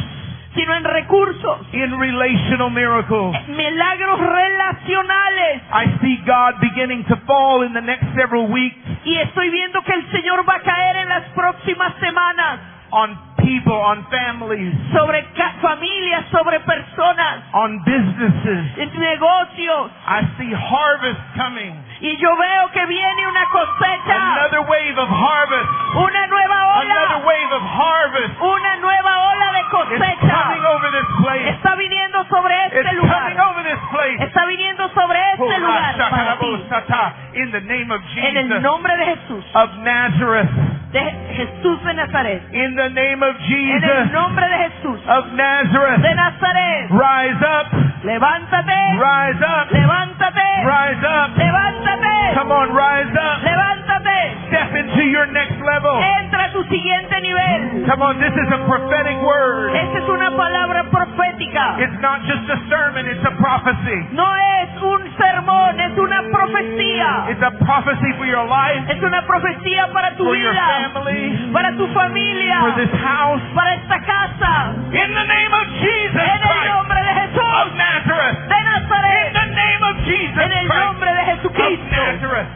Speaker 3: sino en recursos.
Speaker 2: in relational miracles.
Speaker 3: Milagros relacionales.
Speaker 2: I see God beginning to fall in the next several weeks
Speaker 3: Y estoy viendo que el Señor va a caer en las próximas semanas
Speaker 2: on people, on families,
Speaker 3: sobre ca- familias, sobre personas,
Speaker 2: on businesses.
Speaker 3: en negocios.
Speaker 2: I see harvest coming,
Speaker 3: Y yo veo que viene una cosecha,
Speaker 2: another wave of harvest,
Speaker 3: una nueva
Speaker 2: another
Speaker 3: ola,
Speaker 2: wave of harvest.
Speaker 3: una nueva ola de
Speaker 2: It's
Speaker 3: cosecha.
Speaker 2: coming over this place.
Speaker 3: Está viniendo sobre este
Speaker 2: It's coming
Speaker 3: lugar.
Speaker 2: over this place.
Speaker 3: Está viniendo sobre este lugar para ti.
Speaker 2: In the name of
Speaker 3: En el
Speaker 2: Jesus
Speaker 3: nombre de Jesús,
Speaker 2: of Nazareth.
Speaker 3: de Jesús de Nazaret.
Speaker 2: In the name of
Speaker 3: En el
Speaker 2: Jesus
Speaker 3: nombre de Jesús
Speaker 2: of
Speaker 3: de
Speaker 2: Nazareth.
Speaker 3: Nazaret.
Speaker 2: Rise up.
Speaker 3: Levántate,
Speaker 2: Rise up.
Speaker 3: levántate,
Speaker 2: Rise up.
Speaker 3: levántate,
Speaker 2: Come on, rise up.
Speaker 3: levántate.
Speaker 2: Step into your next level.
Speaker 3: Entra a tu siguiente nivel.
Speaker 2: Come on, this is a prophetic word.
Speaker 3: Esta es una palabra profética.
Speaker 2: It's not just a sermon, it's a prophecy.
Speaker 3: No es un sermón, es una profecía.
Speaker 2: It's a prophecy for your life,
Speaker 3: Es una profecía para tu
Speaker 2: for your
Speaker 3: vida,
Speaker 2: family,
Speaker 3: para tu
Speaker 2: for
Speaker 3: familia,
Speaker 2: this house.
Speaker 3: para esta casa.
Speaker 2: In the name of Jesus
Speaker 3: En el
Speaker 2: Christ
Speaker 3: nombre de
Speaker 2: of
Speaker 3: Jesús
Speaker 2: Nazareth.
Speaker 3: de
Speaker 2: In
Speaker 3: Nazaret.
Speaker 2: the name of Jesus
Speaker 3: En el
Speaker 2: Christ
Speaker 3: nombre de
Speaker 2: of
Speaker 3: Jesucristo.
Speaker 2: Nazareth.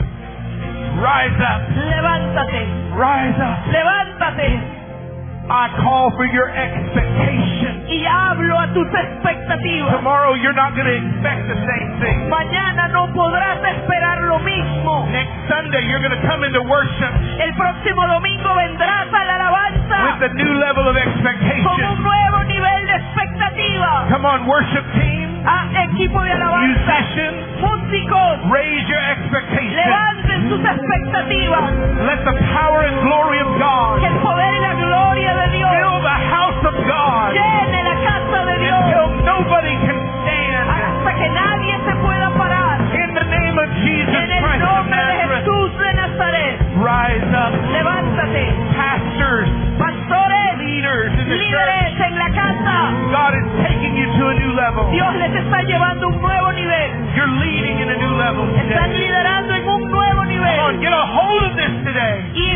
Speaker 2: Rise up.
Speaker 3: Levántate,
Speaker 2: Rise up.
Speaker 3: levántate
Speaker 2: I call for your expectation.
Speaker 3: y hablo a tus expectativas.
Speaker 2: Tomorrow you're not going to expect the same thing.
Speaker 3: Mañana no podrás esperar lo mismo.
Speaker 2: Next Sunday you're going to come into worship
Speaker 3: El próximo domingo vendrás a la
Speaker 2: with
Speaker 3: alabanza
Speaker 2: a new level of
Speaker 3: con
Speaker 2: expectation.
Speaker 3: un nuevo nivel de expectativa.
Speaker 2: Come on, worship team,
Speaker 3: A equipo de alabanza,
Speaker 2: musicians,
Speaker 3: músicos,
Speaker 2: raise your expectation.
Speaker 3: levanten sus expectativas.
Speaker 2: Let the power and glory of God
Speaker 3: Que el poder y la gloria de Dios
Speaker 2: fill the house of God
Speaker 3: llene la casa de Dios
Speaker 2: until nobody can stand.
Speaker 3: hasta que nadie se pueda parar.
Speaker 2: In the name of Jesus
Speaker 3: En el
Speaker 2: Christ of
Speaker 3: nombre de
Speaker 2: Nazareth,
Speaker 3: Jesús de Nazaret,
Speaker 2: rise up.
Speaker 3: levántate.
Speaker 2: Pastors,
Speaker 3: Pastores,
Speaker 2: leaders in the church.
Speaker 3: líderes en la casa,
Speaker 2: God is taking you to a new level.
Speaker 3: Dios les está llevando a un nuevo nivel.
Speaker 2: You're leading in a new level
Speaker 3: Están
Speaker 2: today.
Speaker 3: liderando en un
Speaker 2: Come
Speaker 3: nuevo
Speaker 2: on,
Speaker 3: nivel.
Speaker 2: get a hold of this today.
Speaker 3: Y